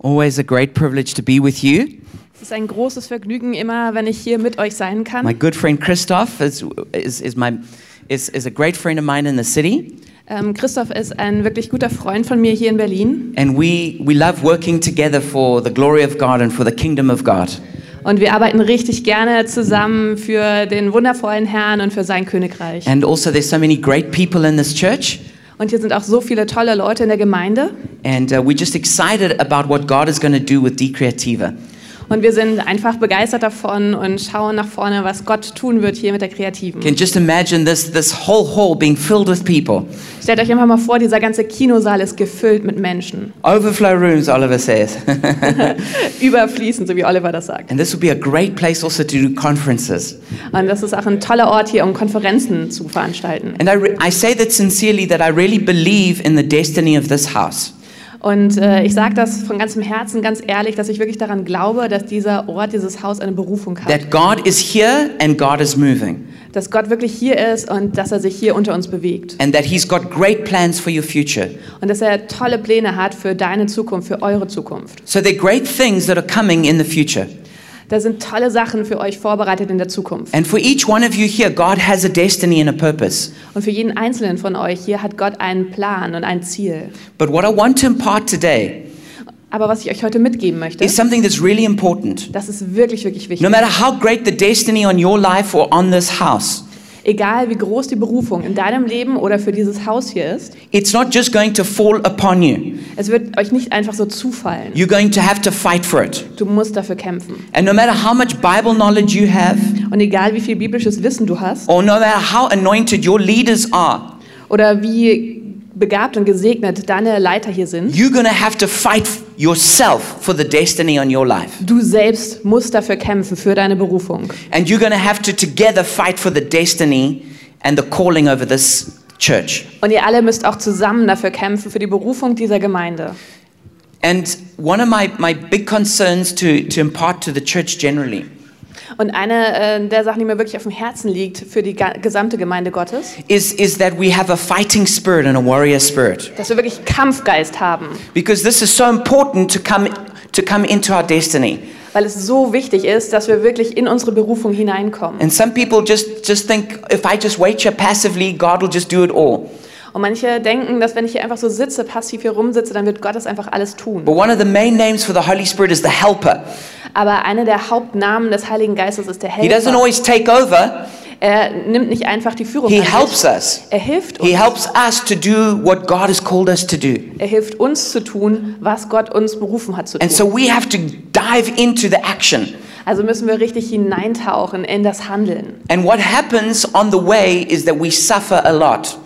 Always a great privilege to be with you. Es ist ein großes Vergnügen immer, wenn ich hier mit euch sein My kann. good friend Christoph is, is, is, my, is, is a great friend of mine in the city, Ähm, Christoph ist ein wirklich guter Freund von mir hier in Berlin and we, we love working together for the glory of God and for the kingdom of God. und wir arbeiten richtig gerne zusammen für den wundervollen Herrn und für sein Königreich. And also, there's so many great people in this church, Und hier sind auch so viele tolle Leute in der Gemeinde and uh, we're just excited about what God is going to do with De Creativa. und wir sind einfach begeistert davon und schauen nach vorne, was Gott tun wird hier mit der Kreativen. Can just imagine this, this whole hall being filled with people. Stellt euch einfach mal vor, dieser ganze Kinosaal ist gefüllt mit Menschen. Overflow rooms, Oliver says. Überfließend, so wie Oliver das sagt. and this would be a great place also to do conferences. Und das ist auch ein toller Ort hier, um Konferenzen zu veranstalten. And I, re- I say that sincerely that I really believe in the destiny of this house. Und äh, ich sage das von ganzem Herzen, ganz ehrlich, dass ich wirklich daran glaube, dass dieser Ort, dieses Haus eine Berufung hat. That God is here and God is moving. Dass Gott wirklich hier ist und dass er sich hier unter uns bewegt. And that He's got great plans for your future. Und dass er tolle Pläne hat für deine Zukunft, für eure Zukunft. So there are great things that are coming in the future. Da sind tolle Sachen für euch vorbereitet in der Zukunft. And for each one of you here, God has a destiny and a purpose. Und für jeden Einzelnen von euch hier hat Gott einen Plan und ein Ziel. But what I want to impart today Aber was ich euch heute mitgeben möchte, is something that's really important. das ist wirklich, wirklich No wichtig. matter how great the destiny on your life or on this house, Egal wie groß die Berufung in deinem Leben oder für dieses Haus hier ist, it's not just going to fall upon you. es wird euch nicht einfach so zufallen. You're going to have to fight for it. Du musst dafür kämpfen. And no matter how much Bible knowledge you have, Und egal wie viel biblisches Wissen du hast or no matter how anointed your leaders are, oder wie begabt und gesegnet deine Leiter hier sind, you're going to have to fight yourself for the destiny on your life. du selbst musst dafür kämpfen, für deine Berufung. And you're going to have to together fight for the destiny and the calling over this church. Und ihr alle müsst auch zusammen dafür kämpfen, für die Berufung dieser Gemeinde. And one of my, my big concerns to, to impart to the church generally Und eine äh, der Sachen, die mir wirklich auf dem Herzen liegt für die ga- gesamte Gemeinde Gottes, is, is that we have a fighting spirit and a warrior spirit. dass wir wirklich Kampfgeist haben, Because this is so important to come, to come into our destiny. weil es so wichtig ist, dass wir wirklich in unsere Berufung hineinkommen. And some people just, just think if I just wait here passively, God will just do it all. Und manche denken, dass wenn ich hier einfach so sitze, passiv hier rumsitze, dann wird Gott das einfach alles tun. But one of the main names for the Holy Spirit is the helper. Aber einer der Hauptnamen des Heiligen Geistes ist der He doesn't Helfer. always take over, Er nimmt nicht einfach die Führung He an sich. helps us. Er hilft He uns. helps us to do what God has called us to do. Er hilft uns zu tun, was Gott uns berufen hat zu And so tun. we have to dive into the action. Also müssen wir richtig hineintauchen in das Handeln. And what happens on the way is that we suffer a lot.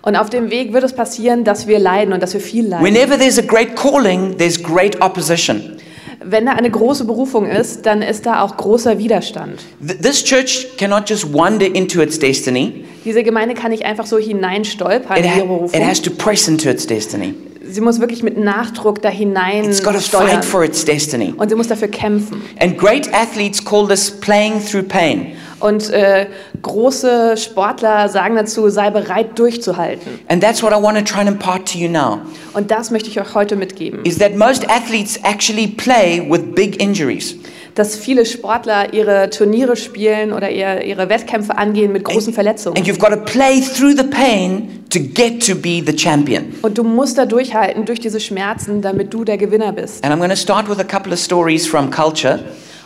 Und auf dem Weg wird es passieren, dass wir leiden und dass wir viel leiden. Whenever there's a great calling, there's great opposition. Wenn da eine große Berufung ist, dann ist da auch großer Widerstand. Th- This church cannot just wander into its destiny. Diese Gemeinde kann nicht einfach so hineinstolpern It, in ihre ha- it Berufung. has to press into its destiny. Sie muss wirklich mit Nachdruck da hinein It's got to fight steuern. for its destiny. Und sie muss dafür kämpfen. And great athletes call this playing through pain. Und äh, große Sportler sagen dazu, sei bereit durchzuhalten. And that's what I want to try and impart to you now. Und das möchte ich euch heute mitgeben, is that most athletes actually play with big injuries. dass viele Sportler ihre Turniere spielen oder ihr, ihre Wettkämpfe angehen mit großen And Verletzungen. you've got to play through the pain to get to be the champion. Und du musst da durchhalten durch diese Schmerzen, damit du der Gewinner bist. And I'm going to start with a couple of stories from culture.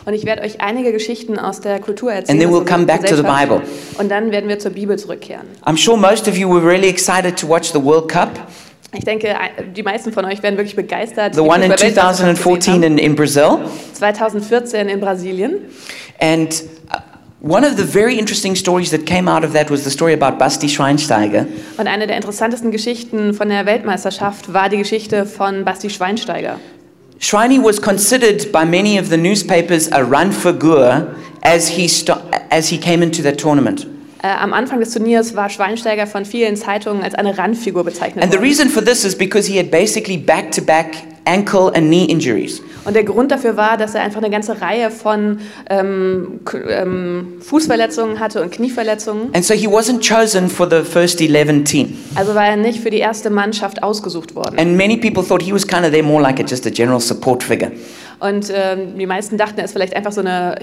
Und ich werde euch einige Geschichten aus der Kultur And erzählen. then aus we'll unserer come back to the Gesellschaft. Und dann werden wir zur Bibel zurückkehren. I'm sure most of you were really excited to watch the World Cup, Ich denke, die meisten von euch werden wirklich begeistert. the die one in Fußball-Weltmeisterschaft gesehen 2014 haben. in, in Brazil. 2014 in Brasilien. And uh, one of the very interesting stories that came out of that was the story about Basti Schweinsteiger, Und eine der interessantesten Geschichten von der Weltmeisterschaft war die Geschichte von Basti Schweinsteiger. Schweini was considered by many of the newspapers a run figure as he, sto- as he came into that tournament. Äh, am Anfang des Turniers war Schweinsteiger von vielen Zeitungen als eine Randfigur bezeichnet And the worden. reason for this is because he had basically back to back ankle, and knee injuries. Und der Grund dafür war, dass er einfach eine ganze Reihe von ähm, K- ähm, Fußverletzungen hatte und Knieverletzungen. And so he wasn't chosen for the first 11 team. Also war er nicht für die erste Mannschaft ausgesucht worden. And many people thought he was kind of there more like a, just a general support figure. Und ähm, die meisten dachten, er ist vielleicht einfach so eine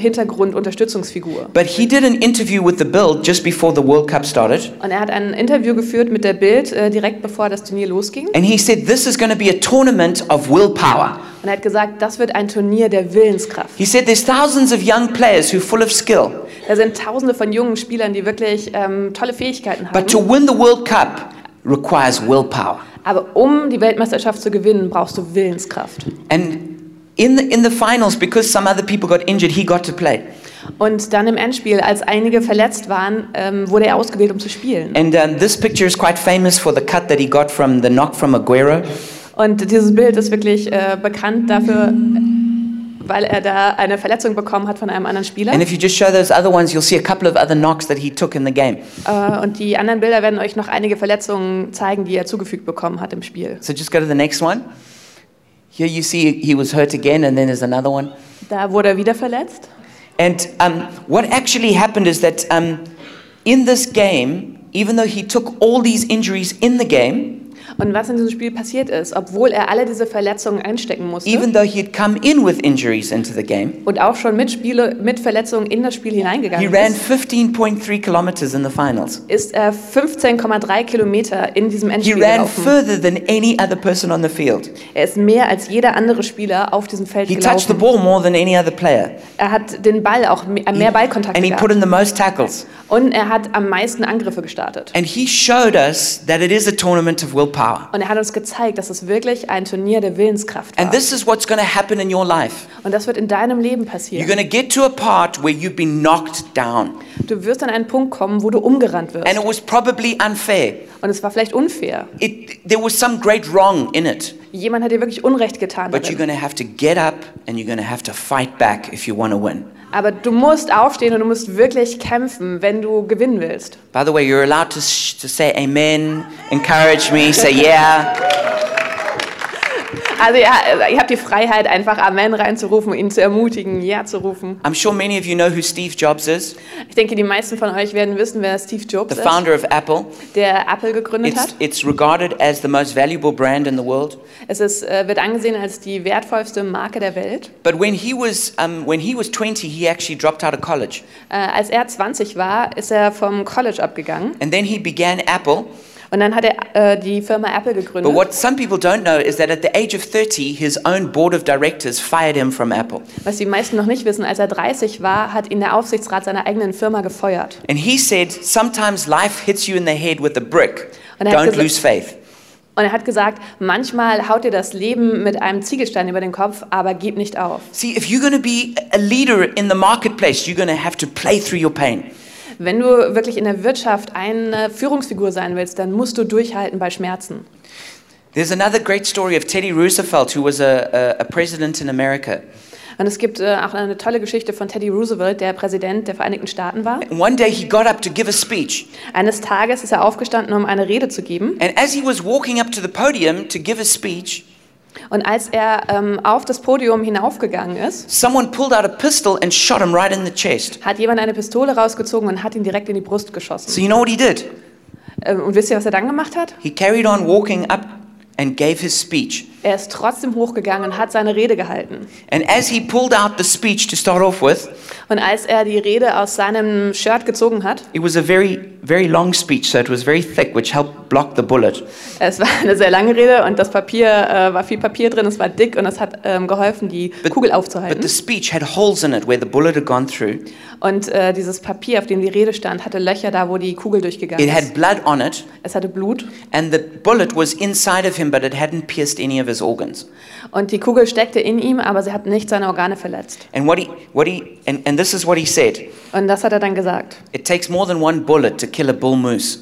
Hintergrundunterstützungsfigur. But he did an interview with the Bild just before the World Cup started. Und er hat ein Interview geführt mit der Bild äh, direkt bevor das Turnier losging. And he said, This is going to be a tournament of willpower. Und er hat gesagt, das wird ein Turnier der Willenskraft. He said, There's thousands of young players who are full of skill. Da sind Tausende von jungen Spielern, die wirklich ähm, tolle Fähigkeiten But to haben. win the World Cup requires willpower. Aber um die Weltmeisterschaft zu gewinnen, brauchst du Willenskraft. And in the, in the finals, because some other people got injured, he got to play. Und dann im Endspiel, als einige verletzt waren, ähm, wurde er ausgewählt, um zu spielen. And um, this picture is quite famous for the cut that he got from the knock from Aguero. Und dieses Bild ist wirklich äh, bekannt dafür, weil er da eine Verletzung bekommen hat von einem anderen Spieler. And if you just show those other ones, you'll see a couple of other knocks that he took in the game. Äh, und die anderen Bilder werden euch noch einige Verletzungen zeigen, die er zugefügt bekommen hat im Spiel. So just go to the next one. Here you see he was hurt again, and then there's another one. Da wurde er wieder verletzt. And um, what actually happened is that um, in this game, even though he took all these injuries in the game, Und was in diesem Spiel passiert ist, obwohl er alle diese Verletzungen einstecken musste even though he had come in with injuries into the game, und auch schon mit, Spiele, mit Verletzungen in das Spiel he hineingegangen ran ist, 15.3 kilometers in the finals. ist er 15,3 Kilometer in diesem He Endspiel ran gelaufen. further than any other person on the field. Er ist mehr als jeder andere Spieler auf diesem Feld He touched the gelaufen. ball more than any other player, Er hat den Ball auch me- äh, mehr Ballkontakte and he put gehabt. in the most tackles. Und er hat am meisten Angriffe gestartet. And he showed us that it is a tournament of willpower. Und er hat uns gezeigt, dass es wirklich ein Turnier der Willenskraft And war. this is what's going to happen in your life. Und das wird in deinem Leben You're passieren. going to get to a part where you've been knocked down. Du wirst an einen Punkt kommen, wo du umgerannt And wirst. it was probably unfair. Und es war vielleicht unfair. It, there was some great wrong in it. Jemand hat dir wirklich Unrecht getan. But you're Darin. going to have to get up and you're going to have to fight back if you want to win. Aber du musst aufstehen und du musst wirklich kämpfen, wenn du gewinnen willst. By the way, you're allowed to, sh- to say amen, encourage me, say yeah. Also ja, ihr habt die Freiheit, einfach Amen reinzurufen, ihn zu ermutigen, Ja zu rufen. I'm sure many of you know who Steve Jobs is, Ich denke, die meisten von euch werden wissen, wer Steve the Jobs ist, founder of Apple. der Apple gegründet It's, hat. it's regarded as the most valuable brand in the world. Es ist, äh, wird angesehen als die wertvollste Marke der Welt. But when he was, um, when he was 20, he actually dropped out of college. Äh, als er 20 war, ist er vom College abgegangen And then he began Apple. und dann hat er äh, die Firma Apple But gegründet. what some people don't know is that at the age of 30, his own board of directors fired him from Apple. Was die meisten noch nicht wissen, als er 30 war, hat ihn der Aufsichtsrat seiner eigenen Firma gefeuert. And he said, Sometimes life hits you in the head with a brick. And I have Don't to- lose faith. Und er hat gesagt, manchmal haut dir das Leben mit einem Ziegelstein über den Kopf, aber gib nicht auf. See, if you're going to be a leader in the marketplace, you're going to have to play through your pain. Wenn du wirklich in der Wirtschaft eine Führungsfigur sein willst, dann musst du durchhalten bei Schmerzen. There's another great story of Teddy Roosevelt, who was a, a, a president in America. Und es gibt äh, auch eine tolle Geschichte von Teddy Roosevelt, der Präsident der Vereinigten Staaten war. And one day he got up to give a speech. Eines Tages ist er aufgestanden, um eine Rede zu geben. And as he was walking up to the podium to give a speech, Und als er ähm, auf das Podium hinaufgegangen ist, someone pulled out a pistol and shot him right in the chest. hat jemand eine Pistole rausgezogen und hat ihn direkt in die Brust geschossen. So you know what he did? Ähm, und wisst ihr, was er dann gemacht hat? He carried on walking up and gave his speech. Er ist trotzdem hochgegangen und hat seine Rede gehalten. And as he pulled out the speech to start off with, Und als er die Rede aus seinem Shirt gezogen hat, it was a very, very long speech, so it was very thick, which helped block the bullet. es war eine sehr lange Rede und das Papier äh, war viel Papier drin, es war dick und es hat ähm, geholfen, die Kugel But aufzuhalten. the speech had holes in it where the bullet had gone through. Und äh, dieses Papier, auf dem die Rede stand, hatte Löcher da, wo die Kugel It durchgegangen ist. had blood on it, Es hatte Blut and the bullet was inside of him, but it hadn't pierced any of his organs. und die Kugel steckte in ihm, aber sie hat nicht seine Organe verletzt. And what he, what he, and, and this is what he said: Und das hat er dann gesagt. It takes more than one bullet to kill a bull moose.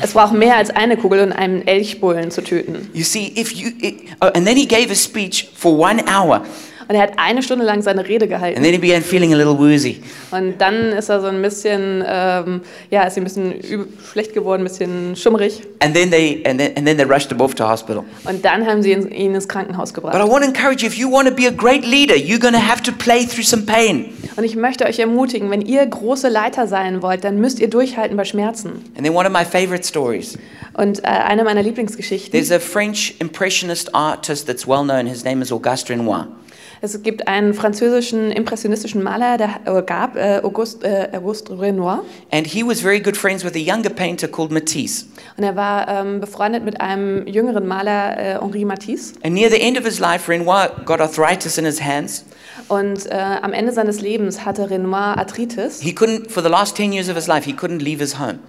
Es braucht mehr als eine Kugel, um einen Elchbullen zu töten. You see, if you, it, oh, and then he gave a speech for one hour. Und er hat eine Stunde lang seine Rede gehalten. And then he began feeling a little woozy. Und dann ist er so ein bisschen, ähm, ja, ist ihm ein bisschen üb- schlecht geworden, ein bisschen schummrig. And then they, and then, and then they rushed him off to hospital. Und dann haben sie ihn, ihn ins Krankenhaus But I gebracht. want to encourage you, if you want to be a great leader, you're going to have to play through some pain. Und ich möchte euch ermutigen, wenn ihr große Leiter sein wollt, dann müsst ihr durchhalten bei Schmerzen. And then one of my favorite stories. Und äh, eine meiner Lieblingsgeschichten, There's a French impressionist artist that's well known. His name is Auguste Renoir. es gibt einen französischen impressionistischen Maler, der äh, gab, äh, Auguste, äh, Auguste Renoir. And he was very good friends with a younger painter called Matisse. Und er war ähm, befreundet mit einem jüngeren Maler, äh, Henri Matisse. And near the end of his life, Renoir got arthritis in his hands. Und äh, am Ende seines Lebens hatte Renoir Arthritis. He couldn't, for the last 10 years of his life, he couldn't leave his home.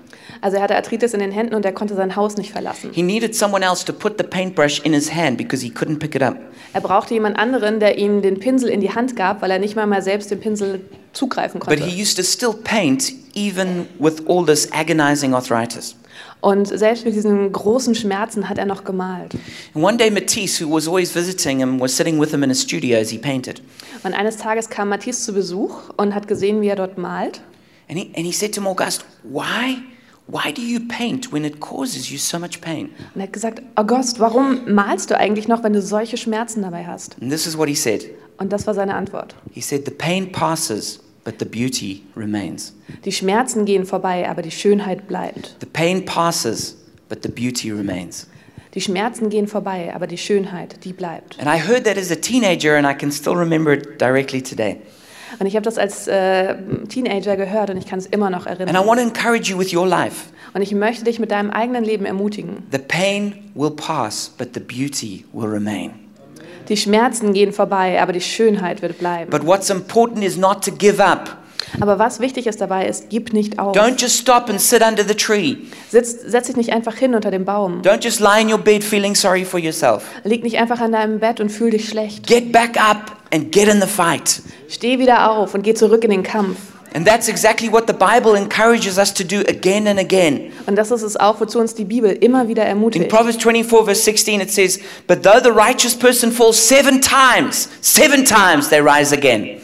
Also er hatte Arthritis in den Händen und er konnte sein Haus nicht verlassen. He needed someone else to put the paintbrush in his hand because he couldn't pick it up. Er brauchte jemand anderen, der ihm den Pinsel in die Hand gab, weil er nicht mal, mal selbst den Pinsel zugreifen But he konnte. used to still paint even with all this agonizing arthritis. Und selbst mit diesen großen Schmerzen hat er noch gemalt. And one day, Matisse, who was always visiting him, was sitting with him in his studio as he painted. Und eines Tages kam Matisse zu Besuch und hat gesehen, wie er dort malt. And he, and he said to him, Auguste, why, why do you paint when it causes you so much pain? Und er hat gesagt, August, warum malst du eigentlich noch, wenn du solche Schmerzen dabei hast? And this is what he said. Und das war seine Antwort. He said, The pain passes, but the beauty remains. Die Schmerzen gehen vorbei, aber die Schönheit bleibt. The pain passes, but the beauty remains. Die Schmerzen gehen vorbei, aber die Schönheit, die bleibt. And I heard that as a teenager, and I can still remember it directly today. Und ich habe das als äh, Teenager gehört und ich kann es immer noch And I want erinnern. to encourage you with your life. Und ich möchte dich mit deinem eigenen Leben ermutigen. The pain will pass, but the beauty will remain. Die Schmerzen gehen vorbei, aber die Schönheit wird bleiben. But what's important is not to give up. Aber was wichtig ist dabei ist, gib nicht auf. Don't just stop and sit under the tree. Sitz, setz dich nicht einfach hin unter dem Baum. Don't just lie in your bed feeling sorry for yourself. Lieg nicht einfach an deinem Bett und fühl dich schlecht. Get back up and get in the fight. Steh wieder auf und geh zurück in den Kampf. And that's exactly what the Bible encourages us to do again and again. Und das ist es auch, wozu uns die Bibel immer wieder In ermutigt. Proverbs 24, verse 16, it says, But though the righteous person falls seven times, seven times they rise again.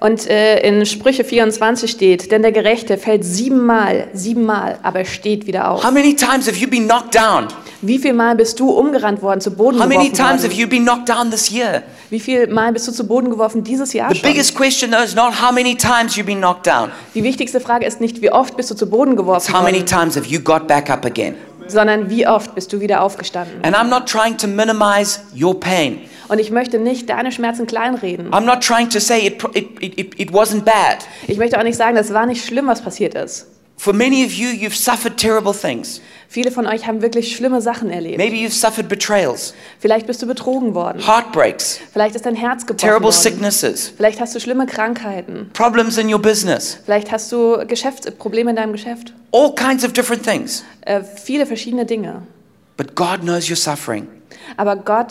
Und äh, in Sprüche 24 steht, denn der Gerechte fällt siebenmal, siebenmal, aber er steht wieder auf. How many times have you been knocked down? Wie viel Mal bist du umgerannt worden, zu Boden How many geworfen times have worden? you been knocked down this year? Wie viel Mal bist du zu Boden geworfen dieses Jahr The schon? biggest question, though, is not how many times you've been knocked down, Die wichtigste Frage ist nicht, wie oft bist du zu Boden it's geworfen how many worden, times have you got back up again. sondern wie oft bist du wieder aufgestanden. And I'm not trying to minimize your pain. Und ich möchte nicht deine Schmerzen kleinreden. I'm not trying to say it, it, it, it, it wasn't bad. Ich möchte auch nicht sagen, das war nicht schlimm, was passiert ist. For many of you, you've suffered terrible things. Viele von euch haben wirklich schlimme Sachen erlebt. Maybe you've suffered betrayals, Vielleicht bist du betrogen worden. heartbreaks, Vielleicht ist dein Herz gebrochen terrible worden. sicknesses, Vielleicht hast du schlimme Krankheiten. problems in your business, Vielleicht hast du Geschäfts Probleme in deinem Geschäft. all kinds of different things. Äh, viele verschiedene Dinge. But God knows your suffering, Aber Gott,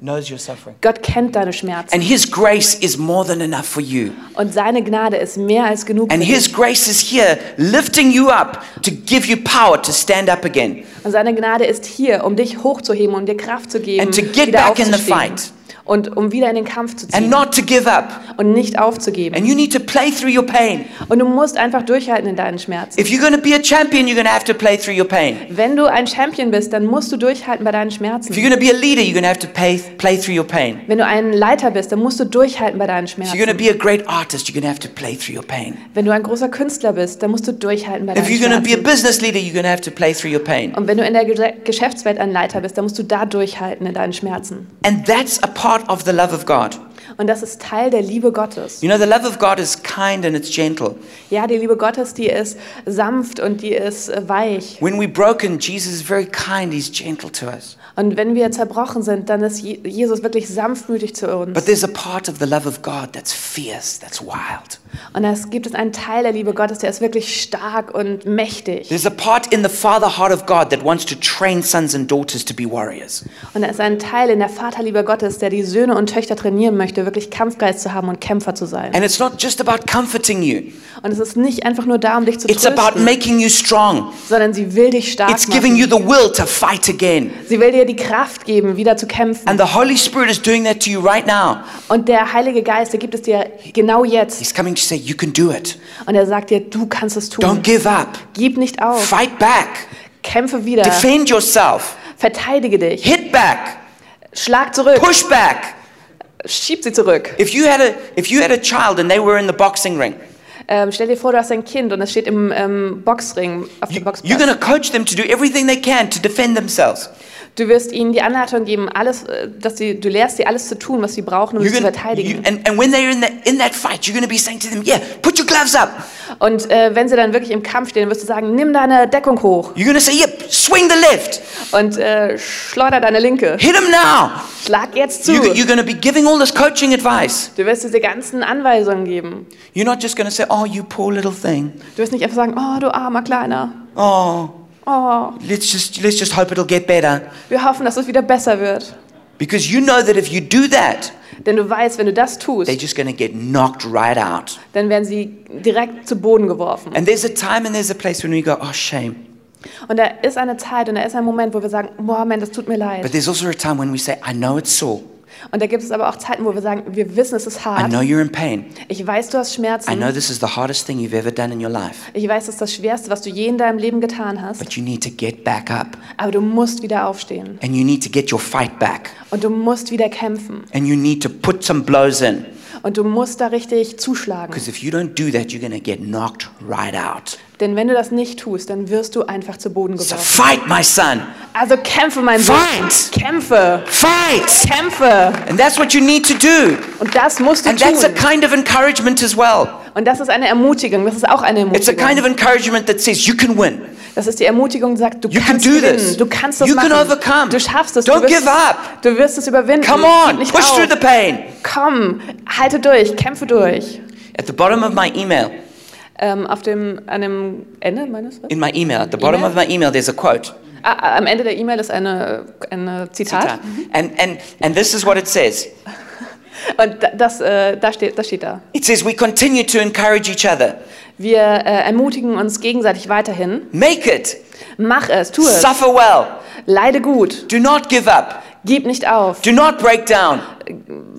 knows your suffering. Gott kennt deine Schmerzen. And His grace is more than enough for you. Und seine Gnade ist mehr als genug. And für dich. His grace is here, lifting you up to give you power to stand up again. Und seine Gnade ist hier, um dich hochzuheben, um dir Kraft zu geben, And to get wieder back in the aufzustehen. fight. Und um wieder in den Kampf zu And ziehen not to give up. und nicht aufzugeben. And you need to play through your pain. Und du musst einfach durchhalten in deinen Schmerzen. If you're going to be a champion, you're going to have to play through your pain. Wenn du ein Champion bist, dann musst du durchhalten bei deinen Schmerzen. If you're going to be a leader, you're going to have to pay, play through your pain. Wenn du ein Leiter bist, dann musst du durchhalten bei deinen If you're Schmerzen. going to be a great artist, you're going to have to play through your pain. Wenn du ein großer Künstler bist, dann musst du durchhalten bei deinen If you're going to be a Schmerzen. business leader, you're going to have to play through your pain. Und wenn du in der Ge- Geschäftswelt ein Leiter bist, dann musst du da durchhalten in deinen Schmerzen. And that's a part of the love of God. Und das ist Teil der Liebe Gottes. You know, the love of God is kind and it's gentle. Ja, die Liebe Gottes, die ist sanft und die ist äh, weich. When we're broken, Jesus is very kind, He's gentle to us. Und wenn wir zerbrochen sind, dann ist Je- Jesus wirklich sanftmütig zu But uns. there's a part of the love of God that's fierce, that's wild. Und es gibt es einen Teil der Liebe Gottes, der ist wirklich stark und mächtig. There's a part in the Father heart of God that wants to train sons and daughters to be warriors. Und da ist ein Teil in der Vaterliebe Gottes, der die Söhne und Töchter trainieren möchte, wirklich Kampfgeist zu haben und Kämpfer zu sein. And it's not just about comforting you, Und es ist nicht einfach nur da, um dich zu it's about trösten, making you strong. sondern sie will dich stark It's machen. giving you the will to fight again. Sie will dir die Kraft geben, wieder zu kämpfen. And the Holy Spirit is doing that to you right now. Und der Heilige Geist, der gibt es dir genau jetzt. He's coming to say, You can do it. Und er sagt dir, du kannst es tun. Don't give up. Gib nicht auf. Fight back. Kämpfe wieder. Defend yourself. Verteidige dich. Hit back. Schlag zurück. Push back. Schieb sie zurück. If you had a if you had a child and they were in the boxing ring, Ähm, stell dir vor, du hast ein Kind und es steht im ähm, Boxring auf dem Boxplatz. you're going to coach them to do everything they can to defend themselves. Du wirst ihnen die Anleitung geben, alles, äh, dass sie, du lehrst sie alles zu tun, was sie brauchen, um You're sich zu gonna- you- verteidigen. and, and when they're in, the, in that fight, you're going to be saying to them, Yeah, put your gloves up. Und äh, wenn sie dann wirklich im Kampf stehen, wirst du sagen, nimm deine Deckung hoch You're going to say, Yep, swing the left. und äh, schleuder deine Linke. Hit him now. Schlag jetzt zu. You, you're going to be giving all this coaching advice. Du wirst diese ganzen Anweisungen geben. You're not just going to say, Oh, you poor little thing. Du wirst nicht einfach sagen, oh, du armer Kleiner. Oh, Oh, let's just, let's just hope it'll get better. wir hoffen, dass es wieder besser wird. Because you know that if you do that, Denn du weißt, wenn du das they're tust, just going to get knocked right out. dann werden sie direkt zu Boden geworfen. And there's a time and there's a place when we go, Oh, shame. Und da ist eine Zeit und da ist ein Moment, wo wir sagen, boah, Mann, das tut mir But leid. there's also a time when we say, I know it's sore. Und da gibt es aber auch Zeiten, wo wir sagen, wir wissen, es ist I hart. know you're in pain. Ich weiß, du hast I know Schmerzen. this is the hardest thing you've ever done in your life. Ich weiß, das ist das Schwerste, was du je in deinem Leben getan hast. But you need to get back up. Aber du musst wieder aufstehen. And you need to get your fight back. Und du musst wieder kämpfen. And you need to put some blows in. Und du musst da richtig zuschlagen. Because if you don't do that, you're going to get knocked right out. Denn wenn du das nicht tust, dann wirst du einfach zu Boden So geworfen. fight, my son. Also kämpfe, mein Sohn. Fight. Kämpfe. Fight. Kämpfe. And that's what you need to do. Und das musst du And that's a tun. kind of encouragement as well. Und das ist eine Ermutigung. Das ist auch eine It's a kind of Ermutigung. encouragement that says you can win. Das ist die Ermutigung, die sagt, du You can kannst do this. gewinnen. Du kannst das You can machen. overcome. Du schaffst es. Don't du, wirst give up. Es, du wirst es überwinden. Come Gib on, nicht push auf. through the pain. Komm, halte durch, kämpfe durch. At the bottom of my email, Ähm, auf dem, an dem Ende meines, was? in my email, at the bottom Email? of my email, there's a quote. Ah, ah, am Ende der E-Mail ist eine, eine Zitat. Mm-hmm. And, and, and this is what it says Und da- das, äh, da steht, das steht da. it says, We continue to encourage each other. Wir äh, ermutigen uns gegenseitig weiterhin. Make it. Mach es, tu es. Suffer well. Leide gut. Do not give up. Gib nicht auf. Do not break down.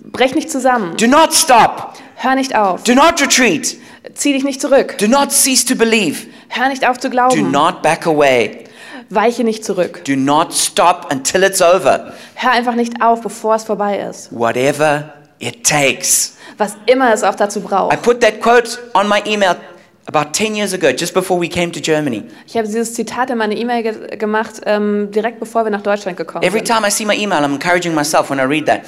Brech nicht zusammen. Do not stop. Hör nicht auf. Do not retreat. Zieh dich nicht zurück. Do not cease to believe. Hör nicht auf zu Do glauben. not back away. Weiche nicht zurück. Do not stop until it's over. Hör einfach nicht auf, bevor es vorbei ist. Whatever it takes. Was immer es auch dazu I braucht. put that quote on my email about 10 years ago, just before we came to Germany. Ich habe dieses Zitat in meine E-Mail ge gemacht, ähm, direkt bevor wir nach Deutschland gekommen Every sind. time I see my email, I'm encouraging myself when I read that.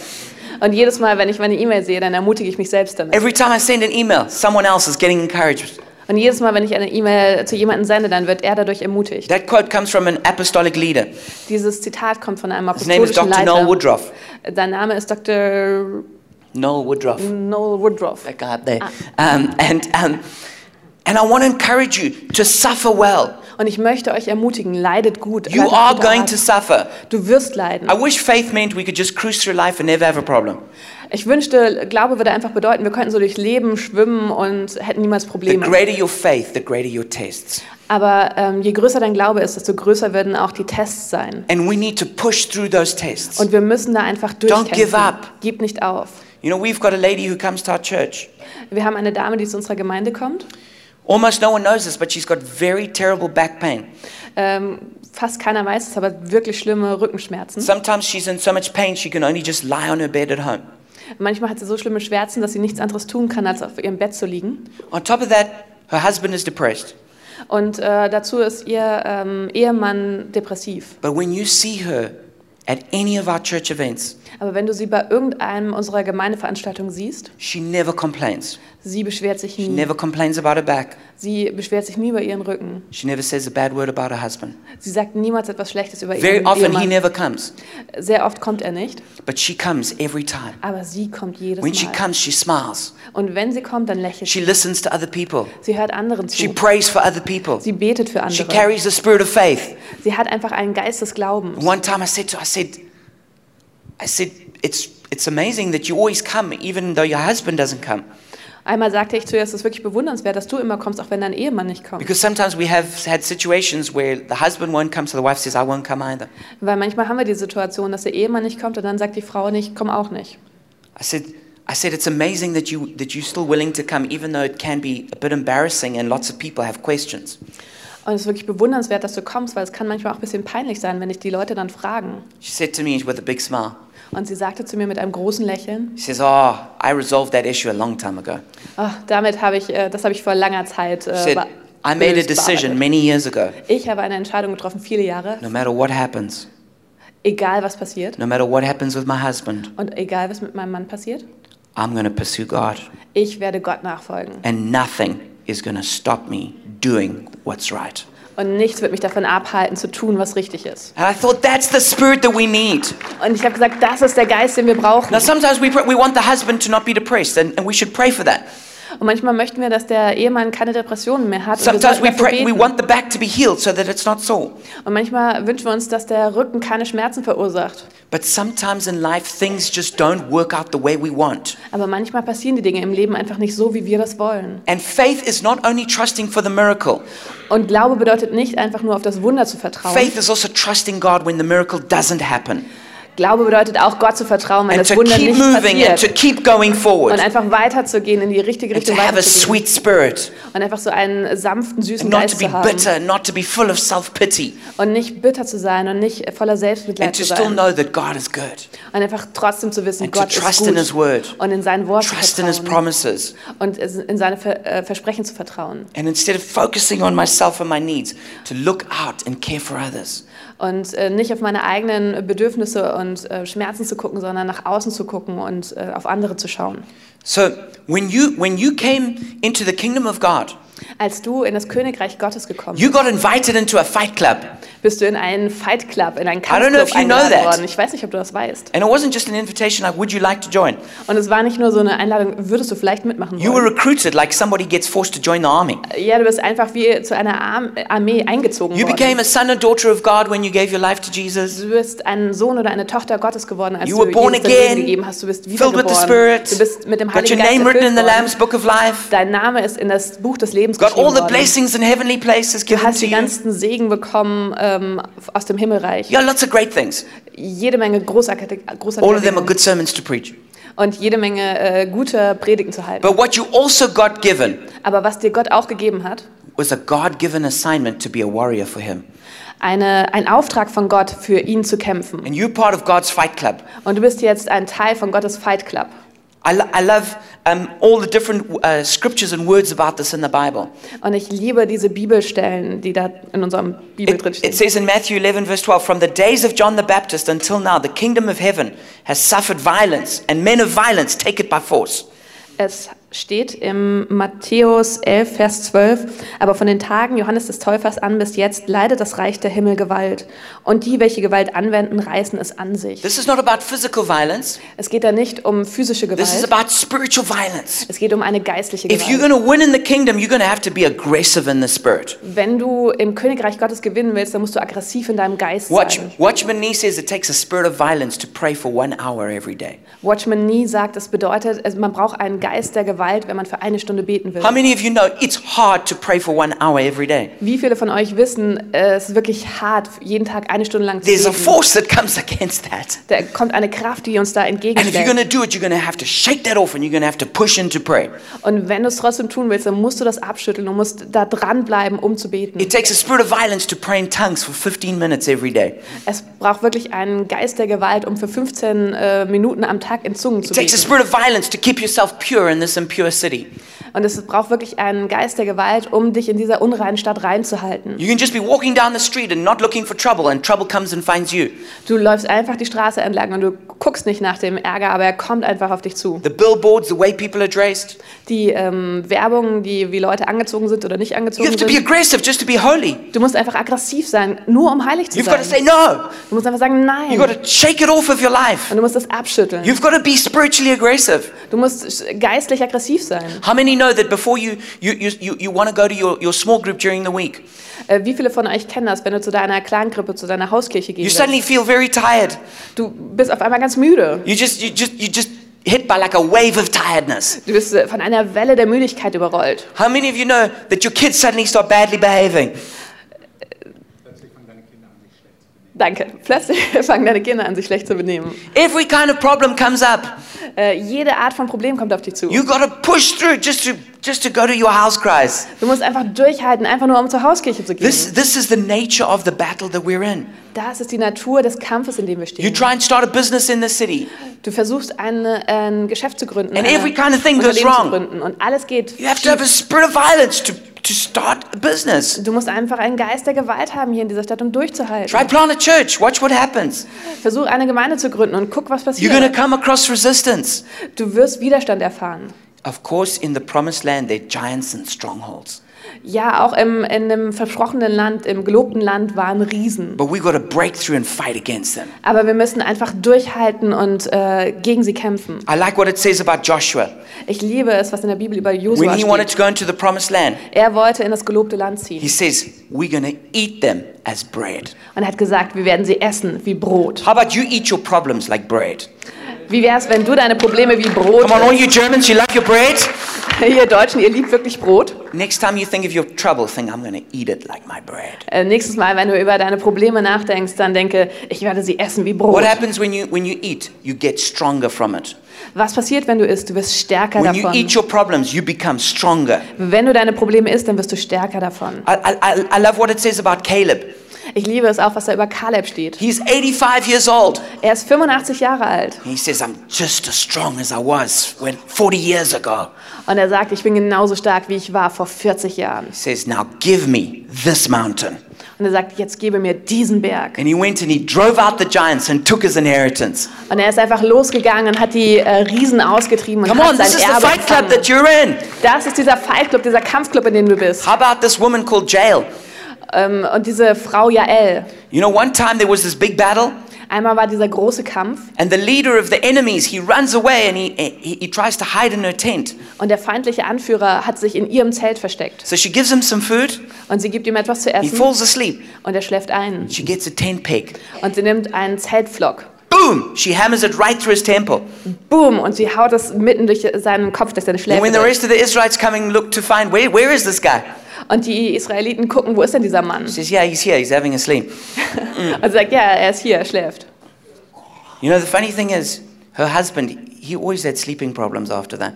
Und jedes Mal, wenn ich meine E-Mail sehe, dann ermutige ich mich selbst damit. Every time I send an email, someone else is getting encouraged. Und jedes Mal, wenn ich eine E-Mail zu jemandem sende, dann wird er dadurch ermutigt. That quote comes from an apostolic leader. Dieses Zitat kommt von einem His name is Dr. apostolischen Noel Leiter. Woodruff. Sein Name ist Dr. Noel Woodruff. Noel Woodruff. that guy up there. Um, and, um, and I want to encourage you to suffer well. Und ich möchte euch ermutigen, leidet gut. You leidet are guter going Art. to suffer. du wirst leiden. I wish faith meant we could just cruise through life and never have a problem. Ich wünschte, Glaube würde einfach bedeuten, wir könnten so durch Leben schwimmen und hätten niemals The Probleme. greater your faith, the greater your tests. Aber ähm, je größer dein Glaube ist, desto größer werden auch die Tests sein. And we need to push through those tests. Und wir müssen da einfach durchkämpfen. give up. Gib nicht auf. You know, we've got a lady who comes to our church. Wir haben eine Dame, die zu unserer Gemeinde kommt. Almost no one knows this, but she's got very terrible back pain. Ähm, fast keiner weiß es, aber wirklich schlimme Rückenschmerzen. Sometimes she's in so much pain she can only just lie on her bed at home. Manchmal hat sie so schlimme Schmerzen, dass sie nichts anderes tun kann, als auf ihrem Bett zu liegen. On top of that, her husband is depressed. Und äh, dazu ist ihr ähm, Ehemann depressiv. But when you see her at any of our church events, Aber wenn du sie bei irgendeinem unserer Gemeindeveranstaltungen siehst, She never complains. sie beschwert sich She nie. never complains about her back. Sie beschwert sich nie über ihren Rücken. She never says a bad word about her husband. Sie sagt niemals etwas Schlechtes über Very ihren often he Ehemann. never comes, Sehr oft kommt er nicht, but she comes every time. aber sie kommt jedes When she Mal. comes, she smiles. Und wenn sie kommt, dann lächelt She sie. listens to other people. Sie hört anderen She zu. prays for other people. Sie betet für She andere. carries the spirit of faith. Sie hat einfach einen Geist des Glaubens. One time I said to her, I said, I said, it's, it's amazing that you always come, even though your husband doesn't come. Einmal sagte ich zu ihr, es ist wirklich bewundernswert, dass du immer kommst, auch wenn dein Ehemann nicht kommt. Because sometimes we have had situations where the husband won't come, so the wife says, I won't come either. Weil manchmal haben wir die Situation, dass der Ehemann nicht kommt und dann sagt die Frau nicht, komm auch nicht. I said, I said, it's amazing that, you, that you're still willing to come, even though it can be a bit embarrassing and lots of people have questions. Und es ist wirklich bewundernswert, dass du kommst, weil es kann manchmal auch ein bisschen peinlich sein, wenn dich die Leute dann fragen. She said to me with a big smile, Und sie sagte zu mir mit einem großen Lächeln, she says, oh, I resolved that issue a long time ago. "Ach, damit habe ich, äh, das habe ich vor langer Zeit She äh, said, be- I made a gelöst, decision bearbeitet." many years ago. Ich habe eine Entscheidung getroffen, viele Jahre, No matter what happens, egal was passiert no matter what happens with my husband, und egal was mit meinem Mann passiert, I'm going to pursue God. ich werde Gott nachfolgen. And nothing is going to stop me doing what's right. Und nichts wird mich davon abhalten, zu tun, was richtig ist. And I thought, that's the spirit that we need. Und ich habe gesagt, das ist der Geist, den wir brauchen. Now, sometimes we, pray, we want the husband to not be depressed, and, and we should pray for that. Und manchmal möchten wir, dass der Ehemann keine Depressionen mehr hat. Und, wir Sometimes sollten we, dafür pray, we beten. want the back to be healed so that it's not sore. und manchmal wünschen wir uns, dass der Rücken keine Schmerzen verursacht. But sometimes in life, things just don't work out the way we want. Aber manchmal passieren die Dinge im Leben einfach nicht so, wie wir das wollen. And faith is not only trusting for the miracle, Und Glaube bedeutet nicht einfach nur auf das Wunder zu vertrauen. faith is also trusting God when the miracle doesn't happen. Glaube bedeutet auch Gott zu vertrauen, And wenn das to Wunder keep nicht moving and to passiert. keep going Und forward. einfach weiterzugehen, in die richtige And to Richtung have a weiterzugehen. sweet spirit, Und einfach so einen sanften, süßen not to Geist be zu haben. bitter, not to be full of self pity, Und nicht bitter zu sein und nicht voller and Selbstmitleid to zu still sein. know that God is good. Und einfach trotzdem zu wissen, And to Gott ist trust in His gut. word, Und in sein Wort zu trust in His vertrauen. promises. Und es- in seine Ver äh, Versprechen zu vertrauen. And instead of focusing on myself and my needs, to look out and care for others. Und äh, nicht auf meine eigenen Bedürfnisse und äh, Schmerzen zu gucken, sondern nach außen zu gucken und äh, auf andere zu schauen. So when you when you came into the kingdom of God, Als du in das Königreich Gottes gekommen you got invited into a fight club. bist, bist du in einen Fight Club, in einen don't know if Kampfclub you know eingeladen that. worden. Ich weiß nicht, ob du das weißt. And it wasn't just an invitation like would you like to join? Und es war nicht nur so eine Einladung, würdest du vielleicht mitmachen You were wollen. recruited like somebody gets forced to join the army. Ja, du bist einfach wie zu einer Arm Armee eingezogen You became worden. a son or daughter of God when you gave your life to Jesus. Du bist ein Sohn oder eine Tochter Gottes geworden, als You du were born Jesus dein Leben again, gegeben hast. Du bist Filled with wiedergeboren. the Spirit. Du bist mit dem Got your Heiligen name Geist written in erfüllt the worden. Lamb's Book of Life. Dein Name ist in das Buch des Lebens Got all geschrieben the worden. blessings in heavenly places Du given hast to die you. ganzen Segen bekommen ähm, aus dem Himmelreich. You got lots of great things. Jede Menge großartige, großartige All of them are Dinge. good sermons to preach. und jede Menge äh, gute Predigten zu halten. But what you also got given Aber was dir Gott auch gegeben hat, was a God given assignment to be a warrior for him. eine, ein Auftrag von Gott, für ihn zu kämpfen. And you're part of God's fight club. Und du bist jetzt ein Teil von Gottes Fight Club. I, lo- I love um, all the different uh, scriptures and words about this in the Bible. Und ich liebe diese Bibelstellen, die da in unserem Bibel drin It, it stehen. says in Matthew 11, verse 12, From the days of John the Baptist until now, the kingdom of heaven has suffered violence, and men of violence take it by force. Es steht im Matthäus 11, Vers 12, aber von den Tagen Johannes des Täufers an bis jetzt leidet das Reich der Himmel Gewalt. Und die, welche Gewalt anwenden, reißen es an sich. This is not about physical violence, Es geht da nicht um physische this is Gewalt, about spiritual violence. es geht um eine geistliche If you're Gewalt. going to win in the kingdom, you're going to have to be aggressive in the spirit. Wenn du im Königreich Gottes gewinnen willst, dann musst du aggressiv in deinem Geist Watch, sein. Watchman Nee says it takes a spirit of violence to pray for one hour every day. Watchman Nee sagt, es bedeutet, es- man braucht einen Geist der Gewalt, wenn man für eine Stunde beten will. How many of you know it's hard to pray for one hour every day? Wie viele von euch wissen, äh, es ist wirklich hart, jeden Tag eine Stunde lang zu There's a beten. force that comes against that. Da kommt eine Kraft, die uns da And if you're entgegensteht. going to do it, you're going to have to shake that off and you're going to have to push into prayer. Und wenn du es trotzdem tun willst, dann musst du das abschütteln und musst da dranbleiben, um zu beten. It takes a spirit of violence to pray in tongues for 15 minutes every day. Es braucht wirklich einen Geist der Gewalt, um für 15 äh, Minuten am Tag in Zungen zu It takes a beten. spirit of violence to keep yourself pure in this impure city. Und es braucht wirklich einen Geist der Gewalt, um dich in dieser unreinen Stadt reinzuhalten. You can just be walking down the street and not looking for trouble, and trouble comes and finds you. Du läufst einfach die Straße entlang und du guckst nicht nach dem Ärger, aber er kommt einfach auf dich zu. The billboards, the way people are dressed. Die ähm, Werbung, die wie Leute angezogen sind oder nicht You angezogen have to be sind. aggressive just to be holy. Du musst einfach aggressiv sein, nur um heilig zu You've got to say sein. no. Du musst einfach sagen You've Nein got to shake it off of your life. und du musst das abschütteln. You've got to be spiritually aggressive. Du musst geistlich aggressiv sein. How many know that before you, you, you, you, you want to go to your, your small group during the week, Äh, wie viele von euch kennen das, wenn du zu deiner Klangrippe, zu deiner Hauskirche you gehst? suddenly feel very tired. Du bist auf einmal ganz müde. You just, you just, you just hit by like a wave of tiredness. Du bist äh, von einer Welle der Müdigkeit überrollt. How many of you know that your kids suddenly start badly behaving? Plötzlich fangen deine Kinder an, sich schlecht zu benehmen. Danke. Plötzlich fangen deine Kinder an, sich schlecht zu benehmen. Every kind of problem comes up. Äh, jede Art von Problem kommt auf dich zu. You got to push through just to, just to go to your house cries. Du musst einfach durchhalten, einfach nur um zur Hauskirche zu gehen. This, this is the nature of the battle that we're in. das ist die Natur des Kampfes, in dem wir You stehen. try and start a business in the city. Du versuchst eine, äh, ein Geschäft zu gründen, And eine- every kind of thing ein goes Unternehmen wrong. zu gründen und alles geht. You have to have a spirit of violence to, to start a business. Du musst einfach einen Geist der Gewalt haben hier in dieser Stadt, um durchzuhalten. Try plant a church. Watch what happens. Versuch eine Gemeinde zu gründen und guck, was You're going to passiert. come across resistance. Du wirst Widerstand erfahren. Of course, in the promised land, there are giants and strongholds. Ja, auch im, in dem versprochenen Land, im gelobten Land waren Riesen. But we've got to break through and fight against them. Aber wir müssen einfach durchhalten und äh, gegen sie kämpfen. I like what it says about Joshua. Ich liebe es, was in der Bibel über Josua When he wanted steht. to go into the promised land, Er wollte in das gelobte Land ziehen he says, We're going to eat them as bread. und hat gesagt, wir werden sie essen wie Brot. How about you eat your problems like bread? Wie wär's, wenn du deine Probleme wie Brot... Come on, all you Germans, you love your bread? Ihr Deutschen, ihr liebt wirklich Brot. Next time you think of your trouble, think, I'm going to eat it like my bread. Äh, nächstes Mal, wenn du über deine Probleme nachdenkst, dann denke, ich werde sie essen wie Brot. What happens when you, when you eat? You get stronger from it. Was passiert, wenn du isst? Du wirst stärker When you davon. eat your problems, you become stronger. Wenn du deine Probleme isst, dann wirst du stärker davon. I, I, I- I love what it says about Caleb. Ich liebe es auch, was da über Kaleb steht. He's 85 years old. Er ist 85 Jahre alt He says, I'm just as strong as I was when 40 years ago. und er sagt, ich bin genauso stark, wie ich war vor 40 Jahren. He says, Now give me this mountain. Und er sagt, jetzt gebe mir diesen Berg. And he went and he drove out the giants and took his inheritance. Und er ist einfach losgegangen und hat die äh, Riesen ausgetrieben und Come hat on, this is sein the Erbe fight club gefangen. that you're in. Das ist dieser Fight Club, dieser Kampfclub, in dem du bist. How about this woman called Jael? Ähm, und diese Frau Jael. You know, one time there was this big battle, Einmal war dieser große Kampf and the leader of the enemies, he runs away and he, he, he tries to hide in her tent. Und der feindliche Anführer hat sich in ihrem Zelt versteckt. So she gives him some food. Und sie gibt ihm etwas zu He essen falls asleep. und er schläft ein. She gets a tent peg. Und sie nimmt einen Zeltflock. Boom! She hammers it right through his temple. Boom! Und sie haut es mitten durch seinen Kopf, dass er nicht And when the schläft. rest of the Israelites coming look to find where where is this guy? Und die Israeliten gucken, wo ist denn dieser Mann? She says, Yeah, he's here, he's having a sleep. Und sie sagt, ja, er ist hier, er schläft. You know the funny thing is, her husband, he always had sleeping problems after that.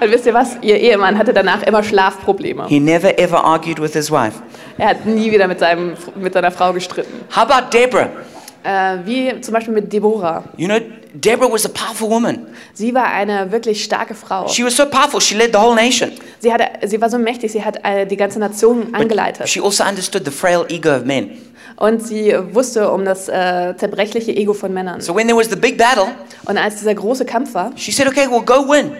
Und wisst ihr was? Ihr Ehemann hatte danach immer Schlafprobleme. He never ever argued with his wife. Er hat nie wieder mit, seinem, mit seiner Frau gestritten. How about Deborah? Äh, wie zum Beispiel mit Deborah. You know, Deborah was a powerful woman. Sie war eine wirklich starke Frau. She was so powerful, she led the whole nation. Sie, hatte, sie war so mächtig, sie hat äh, die ganze Nation angeleitet. She also understood the frail ego of men. Und sie wusste um das äh, zerbrechliche Ego von Männern. So when there was the big battle, Und als dieser große Kampf war, she said, Okay, well, go win.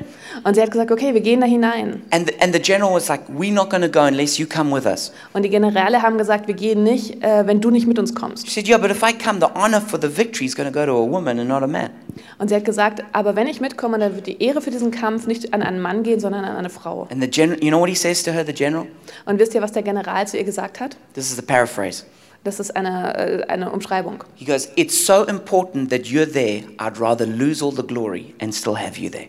und sie hat gesagt, okay, wir gehen da hinein. And the, and the general was like, We're not going to go unless you come with us. Und die Generäle haben gesagt, wir gehen nicht, äh, wenn du nicht mit uns kommst. She said, Yeah, but if I come, the honor for the victory is going to go to a woman and not a man. Und sie hat gesagt, aber wenn ich mitkomme, dann wird die Ehre für diesen Kampf nicht an einen Mann gehen, sondern an eine Frau. And the general, you know what he says to her, the general? Und wisst ihr, was der General zu ihr gesagt hat? This is the paraphrase. Das ist eine, äh, eine Umschreibung. He goes, It's so important that you're there, I'd rather lose all the glory and still have you there.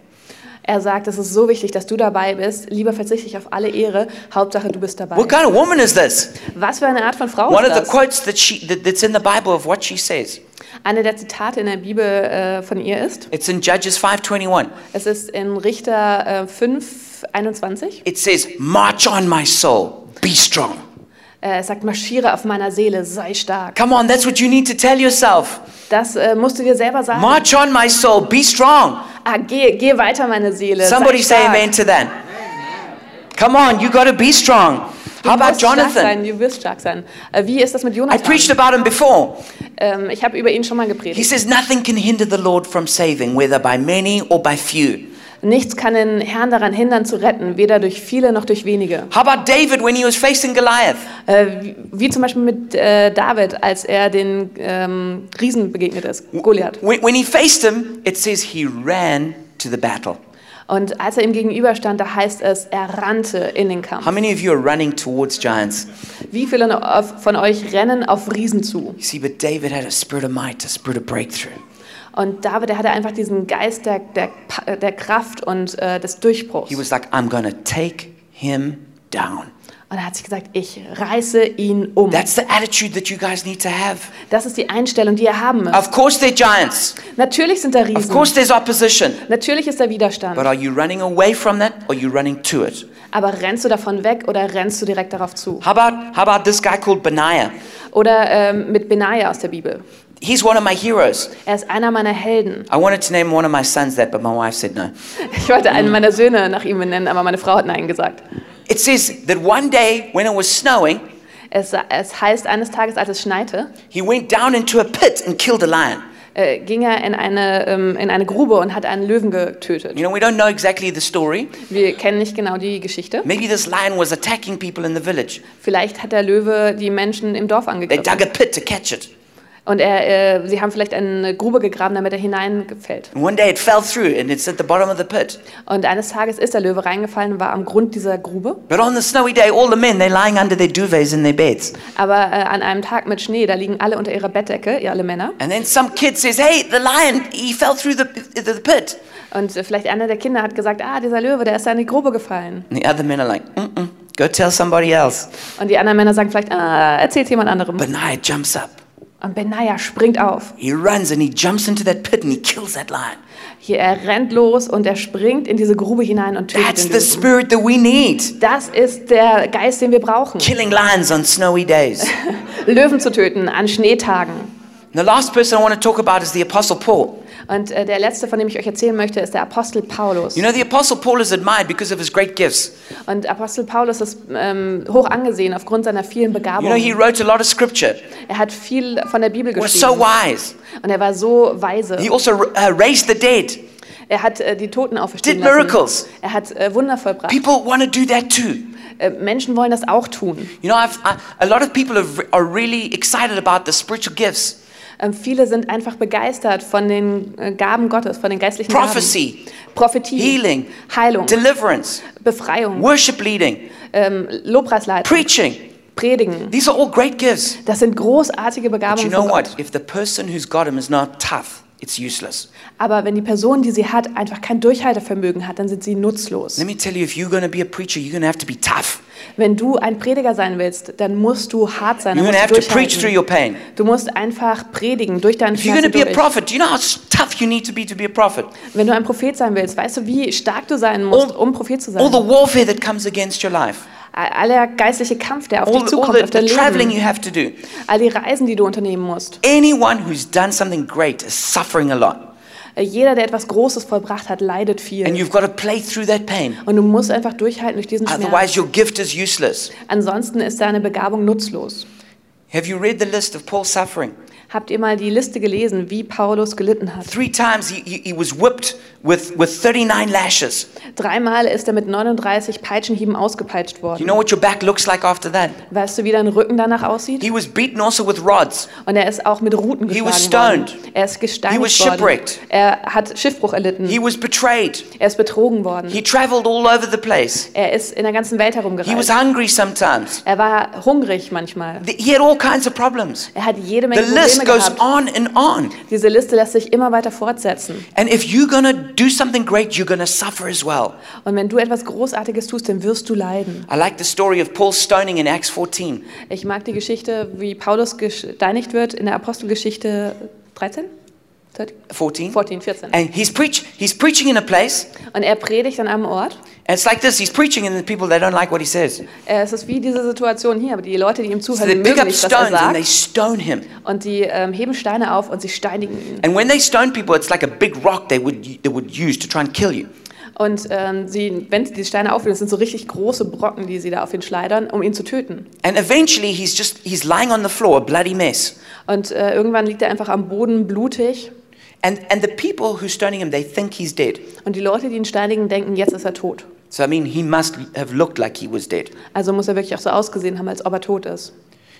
Er sagt, es ist so wichtig, dass du dabei bist. Lieber verzichte ich auf alle Ehre. Hauptsache, du bist dabei. What kind of woman is this? Was für eine Art von Frau One of ist the das? quotes that she, that, that's in the Bible of what she says. Eine der Zitate in der Bibel äh, von ihr ist, It's in Judges 5:21. Es ist in Richter äh, 5, 21. It says, "March on my soul, be strong." Äh, es sagt, marschiere auf meiner Seele, sei stark. Come on, that's what you need to tell yourself. Das äh, musst du dir selber sagen. March on my soul, be strong. Ah, geh, geh weiter, meine Seele. Somebody sei say stark. amen to that. Come on, you got to be strong. Du How about wirst Stark sein, Jonathan? du wirst stark sein. Äh, wie ist das mit I Jonathan? preached about him before. ähm, ich habe über ihn schon mal He gepredigt. says, Nothing can hinder the Lord from saving, whether by many or by few. Nichts kann den Herrn daran hindern zu retten, weder durch viele noch durch wenige. How about David when he was facing Goliath? Äh, wie, wie zum Beispiel mit äh, David, als er den ähm, Riesen begegnet ist, Goliath. When, when he faced him, it says he ran to the battle. Und als er ihm gegenüberstand, da heißt es, er rannte in den Kampf. How many of you are running towards giants? Wie viele von euch rennen auf Riesen You zu? see, but David had a spirit of might, a spirit of breakthrough. Und David, der hatte einfach diesen Geist der, der, Pa- der Kraft und äh, des Durchbruchs. He was like, I'm going to take him down. Und er hat sich gesagt, ich reiße ihn um. That's the attitude that you guys need to have. Das ist die Einstellung, die er haben muss. Of course, they're giants. Natürlich sind da Of Riesen. course, there's opposition. Natürlich ist da Widerstand. But are you running away from that or are you running to it? Aber rennst du davon weg oder rennst du direkt darauf zu? How about, how about this guy called Benaiah? Oder ähm, mit Benaja aus der Bibel. He's one of my heroes. Er ist einer meiner Helden. I wanted to name one of my sons that, but my wife said no. Ich wollte einen meiner Söhne nach ihm benennen, aber meine Frau hat Nein gesagt. It says that one day when it was snowing, Es, es heißt, eines Tages, als es schneite, he went down into a pit and killed a lion. äh, ging er in eine, ähm, in eine Grube und hat einen Löwen getötet. You know, we don't know exactly the story. Wir kennen nicht genau die Geschichte. Maybe this lion was attacking people in the village. Vielleicht hat der Löwe die Menschen im Dorf They angegriffen. dug a pit to catch it. Und er, äh, sie haben vielleicht eine Grube gegraben, damit er hineingefällt. And one day it fell through and it's at the bottom of the pit. Und eines Tages ist der Löwe reingefallen, war am Grund dieser Grube. But on the snowy day, all the men, they're lying under their duvets in their beds. Aber äh, an einem Tag mit Schnee, da liegen alle unter ihrer Bettdecke, ihr alle Männer. And then some kid says, hey, the lion, he fell through the, the pit. Und äh, vielleicht einer der Kinder hat gesagt, ah, dieser Löwe, der ist da in die Grube gefallen. And the other men are like, mm-mm, go tell somebody else. Und die anderen Männer sagen vielleicht, ah, erzählt jemand anderem. Benaiah jumps up. Und Benaya springt auf. He runs and he jumps into that pit and he kills that lion. Hier, er rennt los und er springt in diese Grube hinein und tötet That's den the Löwen. spirit that we need. Das ist der Geist, den wir brauchen. Killing lions on snowy days. Löwen zu töten an Schneetagen. And the last person I want to talk about is the Apostle Paul. Und äh, der letzte, von dem ich euch erzählen möchte, ist der Apostel Paulus. You know, the Apostle Paul is admired because of his great gifts. Und Apostel Paulus ist ähm, hoch angesehen aufgrund seiner vielen You know, he Begabungen. wrote a lot of scripture. Er hat viel von der Bibel He was so geschrieben. wise. Und er war so weise. He also uh, raised the dead. Er hat äh, die Toten auferstehen Did lassen. miracles. Er hat äh, Wunder vollbracht. People want to do that too. Äh, Menschen wollen das auch tun. You know, I've, I, a lot of people have, are really excited about the spiritual gifts. Ähm, viele sind einfach begeistert von den äh, Gaben Gottes, von den geistlichen Prophecy. Gaben. Prophetie, Healing. Heilung, Deliverance, Befreiung, worship leading, ähm, Lobpreisleitung, preaching. Predigen. These are all great gifts. Das sind großartige But you Begabungen know von Gott. what? If the person who's got them is not tough, it's useless. Aber wenn die Person, die sie hat, einfach kein Durchhaltevermögen hat, dann sind sie nutzlos. Let me tell you, if you're going to be a preacher, you're going to have to be tough. Wenn du ein Prediger sein willst, dann musst du hart sein, You're going dann to have musst du to preach through your durchhalten. pain. Du musst einfach predigen durch deinen If you're going Schmerz to be a durch. prophet, do you know how s- tough you need to be to be a prophet? Wenn du ein Prophet sein willst, weißt du, wie stark du sein musst, All- um Prophet zu sein. All the warfare that comes against your life, Aller geistliche Kampf, der auf all dich the, all zukommt, the, auf dein the traveling Leben, you have to do. all die Reisen, die du unternehmen musst. Anyone who's done something great is suffering a lot. Äh, Jeder, der etwas Großes vollbracht hat, leidet And viel. you've got to play through that pain. Und du musst einfach durchhalten durch diesen Schmerz. Otherwise, your gift is useless. Ansonsten ist deine Begabung nutzlos. Have you read the list of Paul's suffering? Habt ihr mal die Liste gelesen, wie Paulus gelitten hat? Three times he, he, he was whipped with, with 39 lashes. Dreimal ist er mit 39 Peitschenhieben ausgepeitscht You worden. know what your back looks like after that? Weißt du, wie dein Rücken danach aussieht? He was beaten also with rods. Und er ist auch mit Ruten He was geschlagen worden. stoned. Er ist He was gesteinigt worden. shipwrecked. Er hat Schiffbruch erlitten. He was betrayed. Er ist betrogen worden. He traveled all over the place. Er ist in der ganzen Welt He was herumgereist. hungry sometimes. Er war hungrig manchmal. Th- He had all kinds of problems. Er hat The jede Menge list Probleme goes gehabt. on and on. Diese Liste lässt sich immer weiter fortsetzen. And if you're going to do something great, you're going to suffer as well. Und wenn du etwas Großartiges tust, dann wirst du leiden. I like the story of Paul stoning in Acts 14. Ich mag die Geschichte, wie Paulus gesteinigt wird in der Apostelgeschichte 13? 13? 14. 14, 14. And he's, preach, he's preaching in a place. Und er predigt an einem Ort. And it's like this he's preaching, and the people, they don't like what he says. Äh, Es ist wie diese Situation hier, aber die Leute, die ihm So zuhören, they die pick mögen up nicht, was er stones and they sagt. stone him. Und die ähm, heben Steine auf und sie steinigen ihn. And when they stone people, it's like a big rock they would, they would use to try and kill you. Und ähm, sie, wenn sie die Steine aufheben, das sind so richtig große Brocken, die sie da auf ihn schleudern, um ihn zu töten. And eventually, he's just he's lying on the floor, a bloody mess. Und äh, irgendwann liegt er einfach am Boden blutig. And and the people who's stoning him, they think he's dead. Und die Leute, die ihn steinigen, denken, jetzt ist er tot. So I mean, he must have looked like he was dead. Also muss er wirklich auch so ausgesehen haben, als ob er tot ist.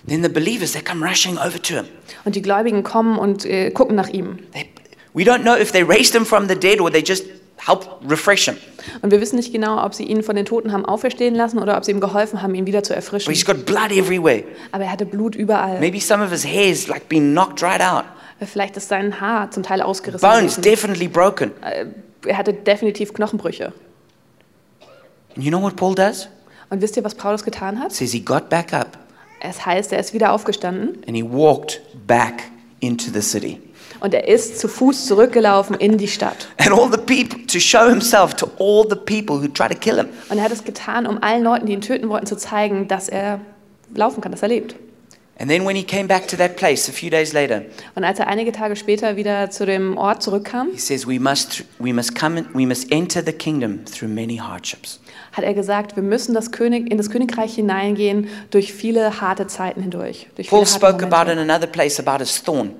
Then the believers they come rushing over to him. Und die Gläubigen kommen und äh, gucken nach ihm. They, we don't know if they raised him from the dead or they just help refresh him. Und wir wissen nicht genau, ob sie ihn von den Toten haben auferstehen lassen oder ob sie ihm geholfen haben, ihn wieder zu But erfrischen. he's got blood everywhere. Aber er hatte Blut überall. Maybe some of his hair's like been knocked right out. Vielleicht ist sein Haar zum Teil ausgerissen. Bones gewesen. definitely broken. Äh, Er hatte definitiv Knochenbrüche. And you know what Paul does? Und wisst ihr, was Paulus getan hat? says he got back up Es heißt, er ist wieder aufgestanden and he walked back into the city. und er ist zu Fuß zurückgelaufen in die Stadt. And all the people, to show himself to all the people who try to kill him. Und er hat es getan, um allen Leuten, die ihn töten wollten, zu zeigen, dass er laufen kann, dass er lebt. And then when he came back to that place a few days later, Und als er einige Tage später wieder zu dem Ort zurückkam, he says, we must, we must come, in, we must enter the kingdom through many hardships. hat er gesagt, wir müssen das König, in das Königreich hineingehen durch viele harte Zeiten hindurch. Durch Paul viele harte spoke Momente. about in another place about his thorn,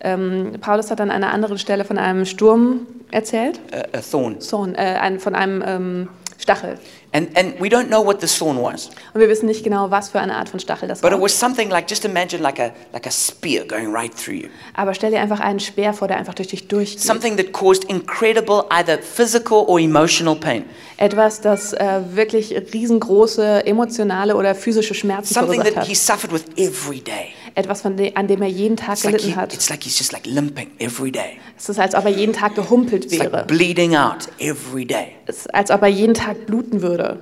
ähm, Paulus hat an einer anderen Stelle von einem Sturm erzählt, uh, a, a thorn. Zorn, äh, ein, von einem ähm, Stachel. And, and we don't know what this thorn was, Und wir wissen nicht genau, was für eine Art von Stachel das but it war. was something like, just imagine like a, like a spear going right through you. Aber stell dir einfach einen Speer vor, der einfach durch dich durchgeht. Something that caused incredible either physical or emotional pain. Etwas, das äh, wirklich riesengroße emotionale oder physische Schmerzen Something verursacht that hat. he suffered with every day. Etwas, von de an dem er jeden Tag It's like, gelitten he, hat. it's like he's just like limping every day. Es ist, als ob er jeden Tag gehumpelt It's wäre. like bleeding out every day. Es ist, als ob er jeden Tag bluten würde.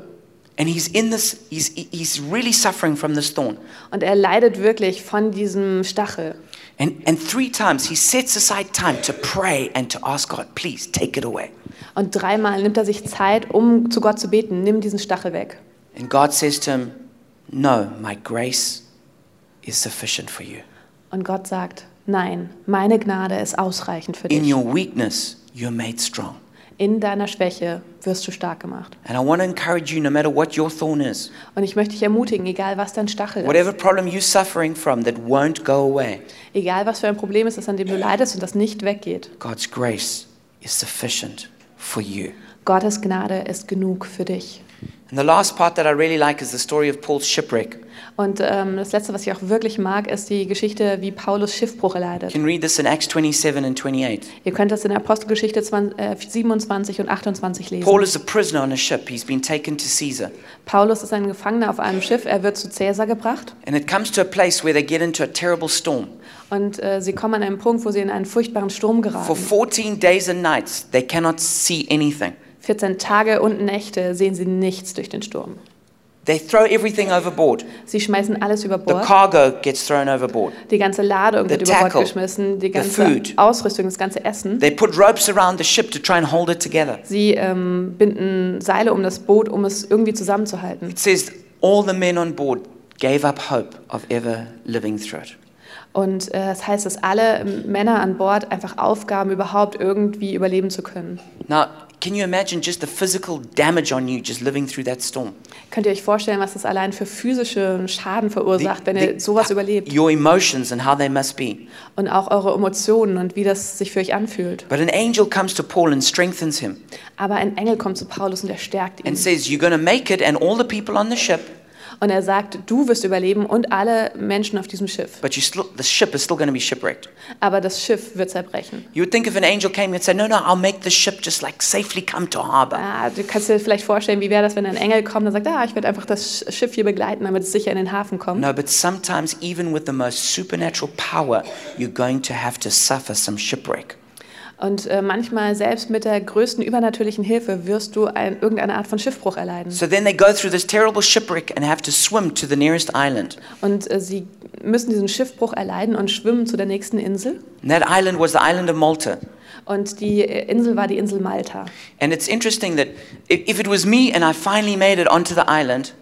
And he's in this, he's, he's really suffering from this thorn. Und er leidet wirklich von diesem Stachel. And, and three times he sets aside time to pray and to ask God, please take it away. Und dreimal nimmt er sich Zeit, um zu Gott zu beten. Nimm diesen Stachel weg. And God says to him, No, my grace is sufficient for you. Und Gott sagt, nein, meine Gnade ist ausreichend für In dich. your weakness, you're made strong. In deiner Schwäche wirst du stark gemacht. And I want to encourage you, no matter what your thorn is, Und ich möchte dich ermutigen, egal was dein Stachel ist, whatever problem you're suffering from that won't go away, egal was für ein Problem es ist, an dem du leidest und das nicht weggeht, God's grace is sufficient for you. Gottes Gnade ist genug für dich. And the last part that I really like is the story of Paul's shipwreck. You Und ähm, das Letzte, was ich auch wirklich mag, ist die Geschichte, wie Paulus Schiffbruch erleidet. can read this in Acts 27 and 28. Ihr könnt das in der Apostelgeschichte 20, äh, 27 und 28 lesen. Paul is a prisoner on a ship. He's been taken to Caesar. Paulus ist ein Gefangener auf einem Schiff, er wird zu Cäsar gebracht And it comes to a place where they get into a terrible storm. und äh, sie kommen an einen Punkt, wo sie in einen furchtbaren Sturm For geraten. 14 days and nights, they cannot see anything. 14 Tage und Nächte sehen sie nichts durch den Sturm. They throw everything overboard. Sie schmeißen alles über The Bord, cargo gets thrown overboard. die ganze Ladung wird the über Bord tackle, geschmissen, die the ganze food. Ausrüstung, das ganze Essen. They put ropes around the ship to try and hold it together. Sie ähm, binden Seile um das Boot, um es irgendwie zusammenzuhalten. It says all the men on board gave up hope of ever living through it. Und äh, das heißt, dass alle Männer an Bord einfach aufgaben, überhaupt irgendwie überleben zu können. Now, can you imagine just the physical damage on you just living through that storm? Könnt ihr euch vorstellen, was das allein für physischen Schaden The- verursacht, wenn the- ihr sowas überlebt? Your emotions and how they must be. Und auch eure Emotionen und wie das sich für euch anfühlt. But an angel comes to Paul and strengthens him Aber ein Engel kommt zu Paulus und er stärkt ihn. and says, You're going to make it, and all the people on the ship, Und er sagt, du wirst überleben und alle Menschen auf diesem Schiff. but you still, the ship is still going to be shipwrecked. Aber das Schiff wird zerbrechen. You would think if an angel came and said, No, no, I'll make the ship just like safely come to harbor. Ah, du kannst dir vielleicht vorstellen, wie wäre das, wenn ein Engel kommt und sagt, ah, ich werde einfach das Sch- Schiff hier begleiten, damit es sicher in den Hafen kommt. No, but sometimes, even with the most supernatural power, you're going to have to suffer some shipwreck. Und äh, manchmal, selbst mit der größten übernatürlichen Hilfe, wirst du ein, irgendeine Art von Schiffbruch erleiden. So then they go through this terrible shipwreck and have to swim to the nearest island. Und äh, sie müssen diesen Schiffbruch erleiden und schwimmen zu der nächsten Insel. And that island was the island of Malta. Und die äh, Insel war die Insel Malta. And it's interesting that i- if it was me and I finally made it onto the island,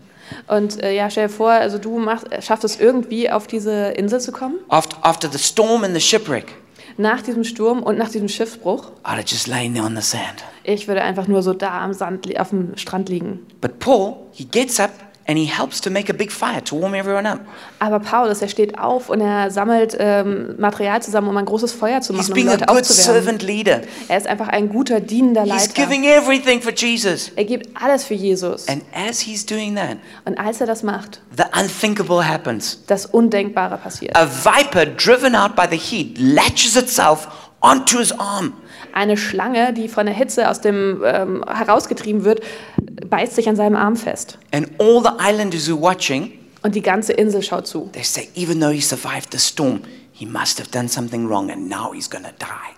Und äh, ja, stell dir vor, also du machst, äh, schaffst es irgendwie, auf diese Insel zu kommen. after, after the storm and the shipwreck, Nach diesem Sturm und nach diesem Schiffbruch. I'd have just lain there on the sand. Ich würde einfach nur so da am Sand, li- auf dem Strand liegen. But Paul, he gets up and he helps to make a big fire to warm everyone up. Aber Paulus, er steht auf und er sammelt ähm, Material zusammen, um ein großes Feuer zu He's machen, um being a Leute good aufzuwärmen. servant leader. Er ist einfach ein guter, dienender He's Leiter. giving everything for Jesus. Er gibt alles für Jesus. And as he's doing that, Und als er das macht, the unthinkable happens. das Undenkbare passiert. A viper driven out by the heat latches itself onto his arm Eine Schlange, die von der Hitze aus dem ähm, herausgetrieben wird, beißt sich an seinem Arm fest. And all the islanders who are watching, Und die ganze Insel schaut zu. they say, even though he survived the storm, he must have done something wrong and now he's going to die.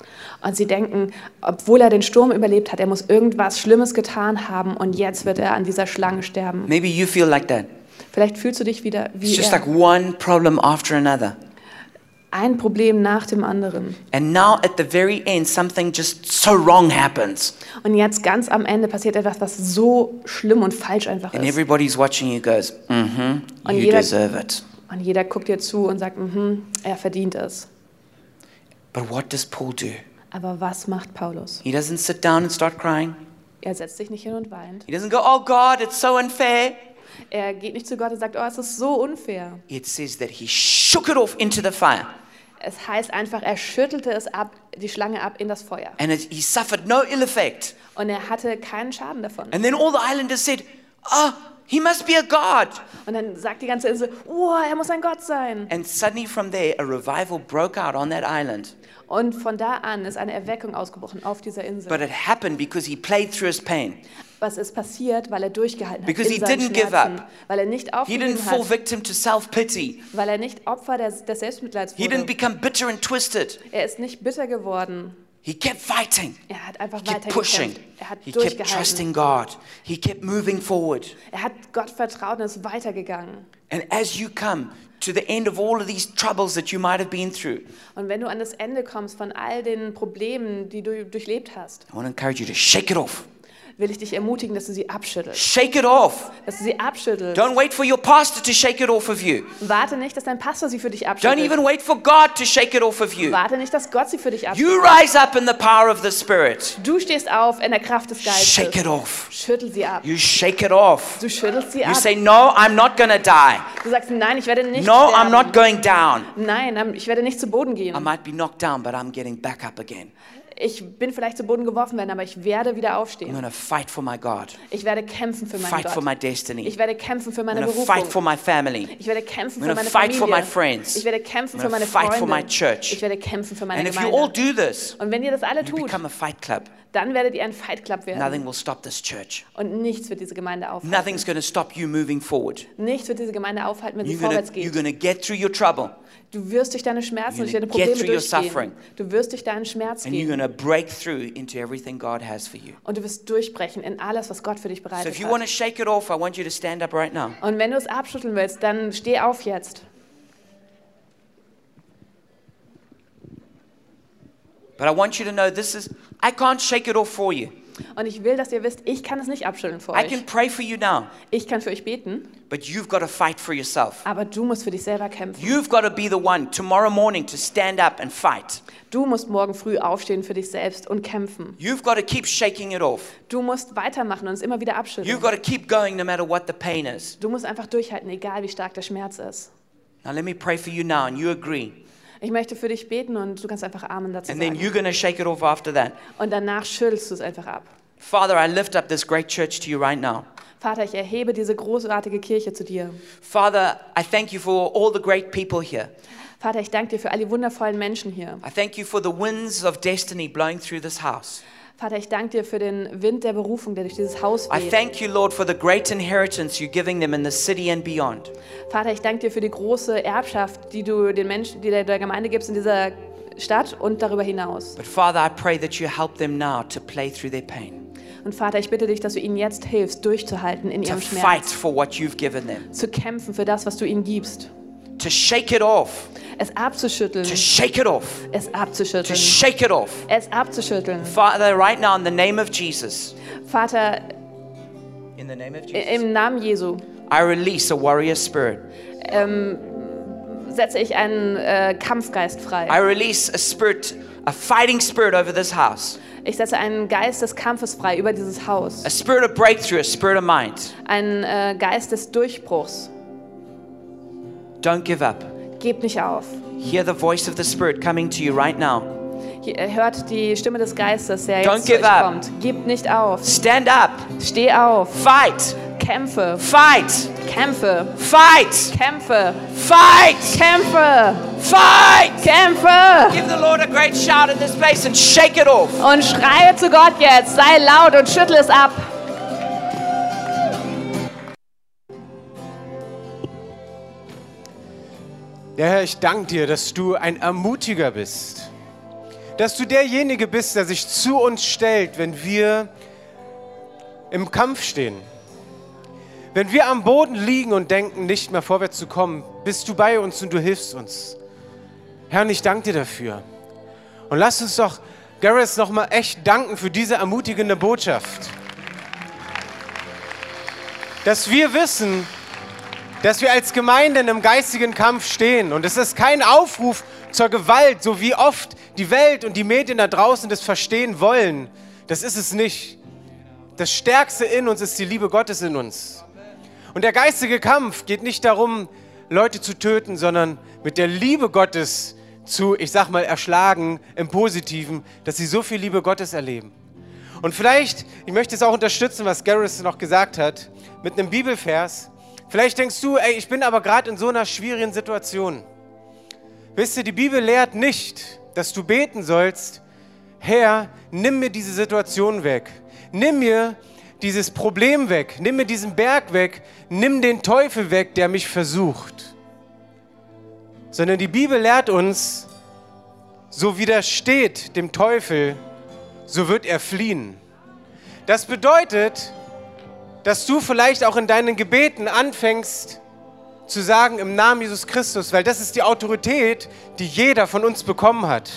Und sie denken, obwohl er den Sturm überlebt hat, er muss irgendwas Schlimmes getan haben und jetzt wird er an dieser Schlange sterben. Maybe you feel like that. Vielleicht fühlst du dich wieder It's wie just er. like one problem after another. ein Problem nach dem anderen. And now at the very end, something just so wrong happens. Und jetzt ganz am Ende passiert etwas, was so schlimm und falsch einfach And ist. everybody's watching you goes, mm-hmm, On you jeder- deserve it. Und jeder guckt dir zu und sagt, mhm, er verdient es. But what does Paul do? Aber was macht Paulus? He doesn't sit down and start crying. Er setzt sich nicht hin und weint. He doesn't go, oh God, it's so unfair. Er geht nicht zu Gott und sagt, oh, es ist so unfair. It says that he shook it off into the fire. Es heißt einfach, er schüttelte es ab, die Schlange ab in das Feuer. And it, he suffered no ill effect. Und er hatte keinen Schaden davon. And then all the islanders said, ah, he must be a God. Und dann sagt die ganze Insel, oh, er muss ein Gott sein. And suddenly from there, a revival broke out on that island. Und von da an ist eine Erweckung ausgebrochen auf dieser Insel. But it happened because he played through his pain. Was ist passiert, weil er durchgehalten hat Because he in seinen didn't give Schmerzen, up. weil er nicht He aufgegeben didn't fall hat, victim to self pity. weil er nicht Opfer des, des Selbstmitleids He didn't wurde. become bitter and twisted. Er ist nicht bitter geworden. He kept fighting. Er hat einfach He kept pushing. weitergekämpft. Er hat He kept durchgehalten. trusting God. He kept moving forward. Er hat Gott vertraut und ist weitergegangen. And as you come to the end of all of these troubles that you might have been through, Und wenn du an das Ende kommst von all den Problemen, die du durchlebt hast, I want to encourage you to shake it off. will ich dich ermutigen, dass du sie abschüttelst. Shake it off. Dass du sie abschüttelst. Don't wait for your pastor to shake it off of you. Warte nicht, dass dein Pastor sie für dich Don't abschüttelt. even wait for God to shake it off of you. Warte nicht, dass Gott sie für dich abschüttelt. You rise up in the power of the Spirit. Du stehst auf in der Kraft des Shake Geistes. it off. Schüttel sie ab. You shake it off. Du schüttelst sie You ab. say, No, I'm not going to die. Du sagst, nein, ich werde nicht No, I'm sterben. not going down. Nein, ähm, ich werde nicht zu Boden I gehen. might be knocked down, but I'm getting back up again. Ich bin vielleicht zu Boden geworfen werden, aber ich werde wieder I'm aufstehen. going to fight for my God, Ich werde kämpfen für meinen fight for my Gott. destiny. Ich werde kämpfen für I'm meine going to fight for Berufung. my family. Ich werde kämpfen I'm für gonna meine fight for my Familie. friends. Ich werde kämpfen I'm für gonna meine fight for my Freunde. church. Ich werde kämpfen für meine And if you all Gemeinde. do this, Und wenn ihr das alle you tut, become a fight club. dann werdet ihr ein Fight Club werden. Nothing will stop this church. Und nichts wird diese Gemeinde aufhalten. Nothing's going to stop you moving forward. Nichts wird diese Gemeinde aufhalten, wenn sie You're going vorwärts to, you're geht. going to get through your trouble Du wirst durch deine You're Schmerzen und durch deine gonna get Probleme through your suffering. durchgehen. Du wirst durch deinen Schmerz and you're gehen. going to break through into everything God has for you. Und du wirst durchbrechen in alles, was Gott für dich So bereitet if you want to hat. shake it off, I want you to stand up right now. Und wenn du es abschütteln willst, dann steh auf jetzt. But I want you to know this is, I can't shake it off for you. Und ich will, dass ihr wisst, ich kann es nicht abschütteln für I can euch. pray for you now, Ich kann für euch beten, but you've got to fight for yourself. aber du musst für dich selber kämpfen. You've got to be the one tomorrow morning to stand up and fight. Du musst morgen früh aufstehen für dich selbst und kämpfen. You've got to keep shaking it off. Du musst weitermachen und es immer wieder abschütteln. You've got to keep going no matter what the pain is. Du musst einfach durchhalten, egal wie stark der Schmerz ist. Now let me pray for you now and you agree. Ich möchte für dich beten und du kannst einfach Amen dazu And then sagen. you're going to shake it off after that. Und danach schüttelst du es einfach ab. Father, I lift up this great church to you right now. Vater, ich erhebe diese großartige Kirche zu dir. Father, I thank you for all the great people here. Vater, ich danke dir für all die wundervollen Menschen hier. I thank you for the winds of destiny blowing through this house. Vater, ich danke dir für den Wind der Berufung, der durch dieses Haus I weht. thank you, Lord, for the great inheritance you're giving them in the city and beyond. Vater, ich danke dir für die große Erbschaft, die du den Menschen, die der, der Gemeinde gibst in dieser Stadt und darüber hinaus. But Father, I pray that you help them now to play through their pain, Und Vater, ich bitte dich, dass du ihnen jetzt hilfst, durchzuhalten in to ihrem fight Schmerz, for what you've given them, zu kämpfen für das, was du ihnen gibst, to shake it off, es abzuschütteln, to shake it off, es to abzuschütteln, shake it off. es abzuschütteln. Father, right now, in the name of Jesus, Vater, in the name of i- Jesus, im Namen Jesu I release a warrior spirit. setze ich einen äh, Kampfgeist I frei. release a spirit, a fighting spirit over this house, Ich setze einen Geist des Kampfes frei über dieses Haus, a spirit of breakthrough, a spirit of mind. einen äh, Geist des Durchbruchs. Don't give up. Gebt nicht auf. Hear the voice of the Spirit coming to you right now. Hier, äh, Hört die Stimme des Geistes, der Don't jetzt zu give euch up. kommt. Gebt nicht auf. Stand up, Steh auf. fight, Kämpfe. fight, Kämpfe, Fight! Kämpfe, Fight! Kämpfe, Fight! Kämpfe Give the Lord a great shout in this place and shake it off. und schreie zu Gott jetzt, sei laut und schüttle es ab. Ja, Herr, ich danke dir, dass du ein Ermutiger bist. Dass du derjenige bist, der sich zu uns stellt, wenn wir im Kampf stehen. Wenn wir am Boden liegen und denken, nicht mehr vorwärts zu kommen, bist du bei uns und du hilfst uns. Herr, und ich danke dir dafür. Und lass uns doch Gareth nochmal echt danken für diese ermutigende Botschaft. Dass wir wissen, dass wir als Gemeinde in einem geistigen Kampf stehen. Und es ist kein Aufruf zur Gewalt, so wie oft die Welt und die Medien da draußen das verstehen wollen. Das ist es nicht. Das Stärkste in uns ist die Liebe Gottes in uns. Und der geistige Kampf geht nicht darum, Leute zu töten, sondern mit der Liebe Gottes zu, ich sag mal, erschlagen im Positiven, dass sie so viel Liebe Gottes erleben. Und vielleicht, ich möchte es auch unterstützen, was Garrison noch gesagt hat, mit einem Bibelvers. Vielleicht denkst du, ey, ich bin aber gerade in so einer schwierigen Situation. Wisst ihr, die Bibel lehrt nicht, dass du beten sollst, Herr, nimm mir diese Situation weg. Nimm mir dieses Problem weg. Nimm mir diesen Berg weg. Nimm den Teufel weg, der mich versucht. Sondern die Bibel lehrt uns, so widersteht dem Teufel, so wird er fliehen. Das bedeutet, dass du vielleicht auch in deinen Gebeten anfängst zu sagen im Namen Jesus Christus, weil das ist die Autorität, die jeder von uns bekommen hat.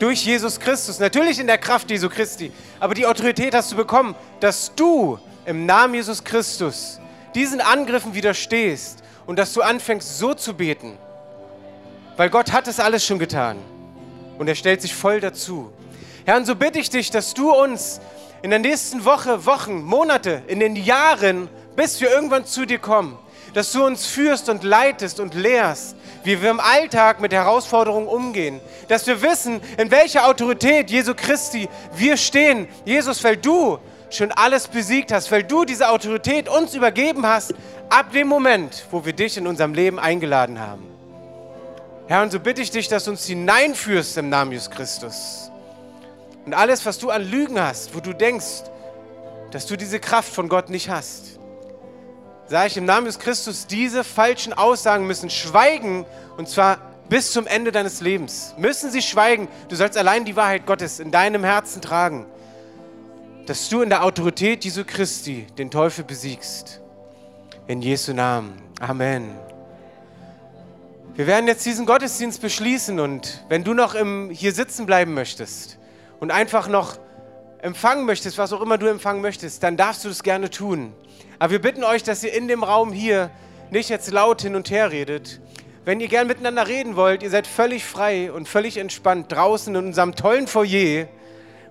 Durch Jesus Christus, natürlich in der Kraft Jesu Christi, aber die Autorität hast du bekommen, dass du im Namen Jesus Christus diesen Angriffen widerstehst und dass du anfängst so zu beten, weil Gott hat es alles schon getan und er stellt sich voll dazu. Herr, und so bitte ich dich, dass du uns in der nächsten Woche, Wochen, Monate, in den Jahren, bis wir irgendwann zu dir kommen, dass du uns führst und leitest und lehrst, wie wir im Alltag mit Herausforderungen umgehen, dass wir wissen, in welcher Autorität Jesu Christi wir stehen. Jesus, weil du schon alles besiegt hast, weil du diese Autorität uns übergeben hast, ab dem Moment, wo wir dich in unserem Leben eingeladen haben. Herr, und so bitte ich dich, dass du uns hineinführst im Namen Jesus Christus. Und alles, was du an Lügen hast, wo du denkst, dass du diese Kraft von Gott nicht hast, sage ich im Namen des Christus, diese falschen Aussagen müssen schweigen und zwar bis zum Ende deines Lebens. Müssen sie schweigen. Du sollst allein die Wahrheit Gottes in deinem Herzen tragen, dass du in der Autorität Jesu Christi den Teufel besiegst. In Jesu Namen. Amen. Wir werden jetzt diesen Gottesdienst beschließen und wenn du noch im, hier sitzen bleiben möchtest, und einfach noch empfangen möchtest, was auch immer du empfangen möchtest, dann darfst du das gerne tun. Aber wir bitten euch, dass ihr in dem Raum hier nicht jetzt laut hin und her redet. Wenn ihr gern miteinander reden wollt, ihr seid völlig frei und völlig entspannt draußen in unserem tollen Foyer,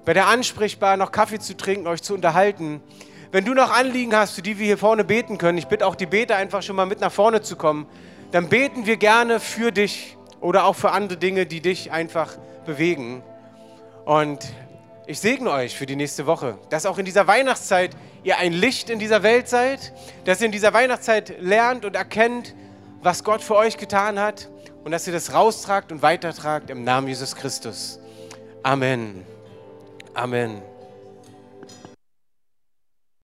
bei der Ansprechbar noch Kaffee zu trinken, euch zu unterhalten. Wenn du noch Anliegen hast, für die wir hier vorne beten können, ich bitte auch die Beter einfach schon mal mit nach vorne zu kommen, dann beten wir gerne für dich oder auch für andere Dinge, die dich einfach bewegen. Und ich segne euch für die nächste Woche, dass auch in dieser Weihnachtszeit ihr ein Licht in dieser Welt seid, dass ihr in dieser Weihnachtszeit lernt und erkennt, was Gott für euch getan hat und dass ihr das raustragt und weitertragt im Namen Jesus Christus. Amen. Amen.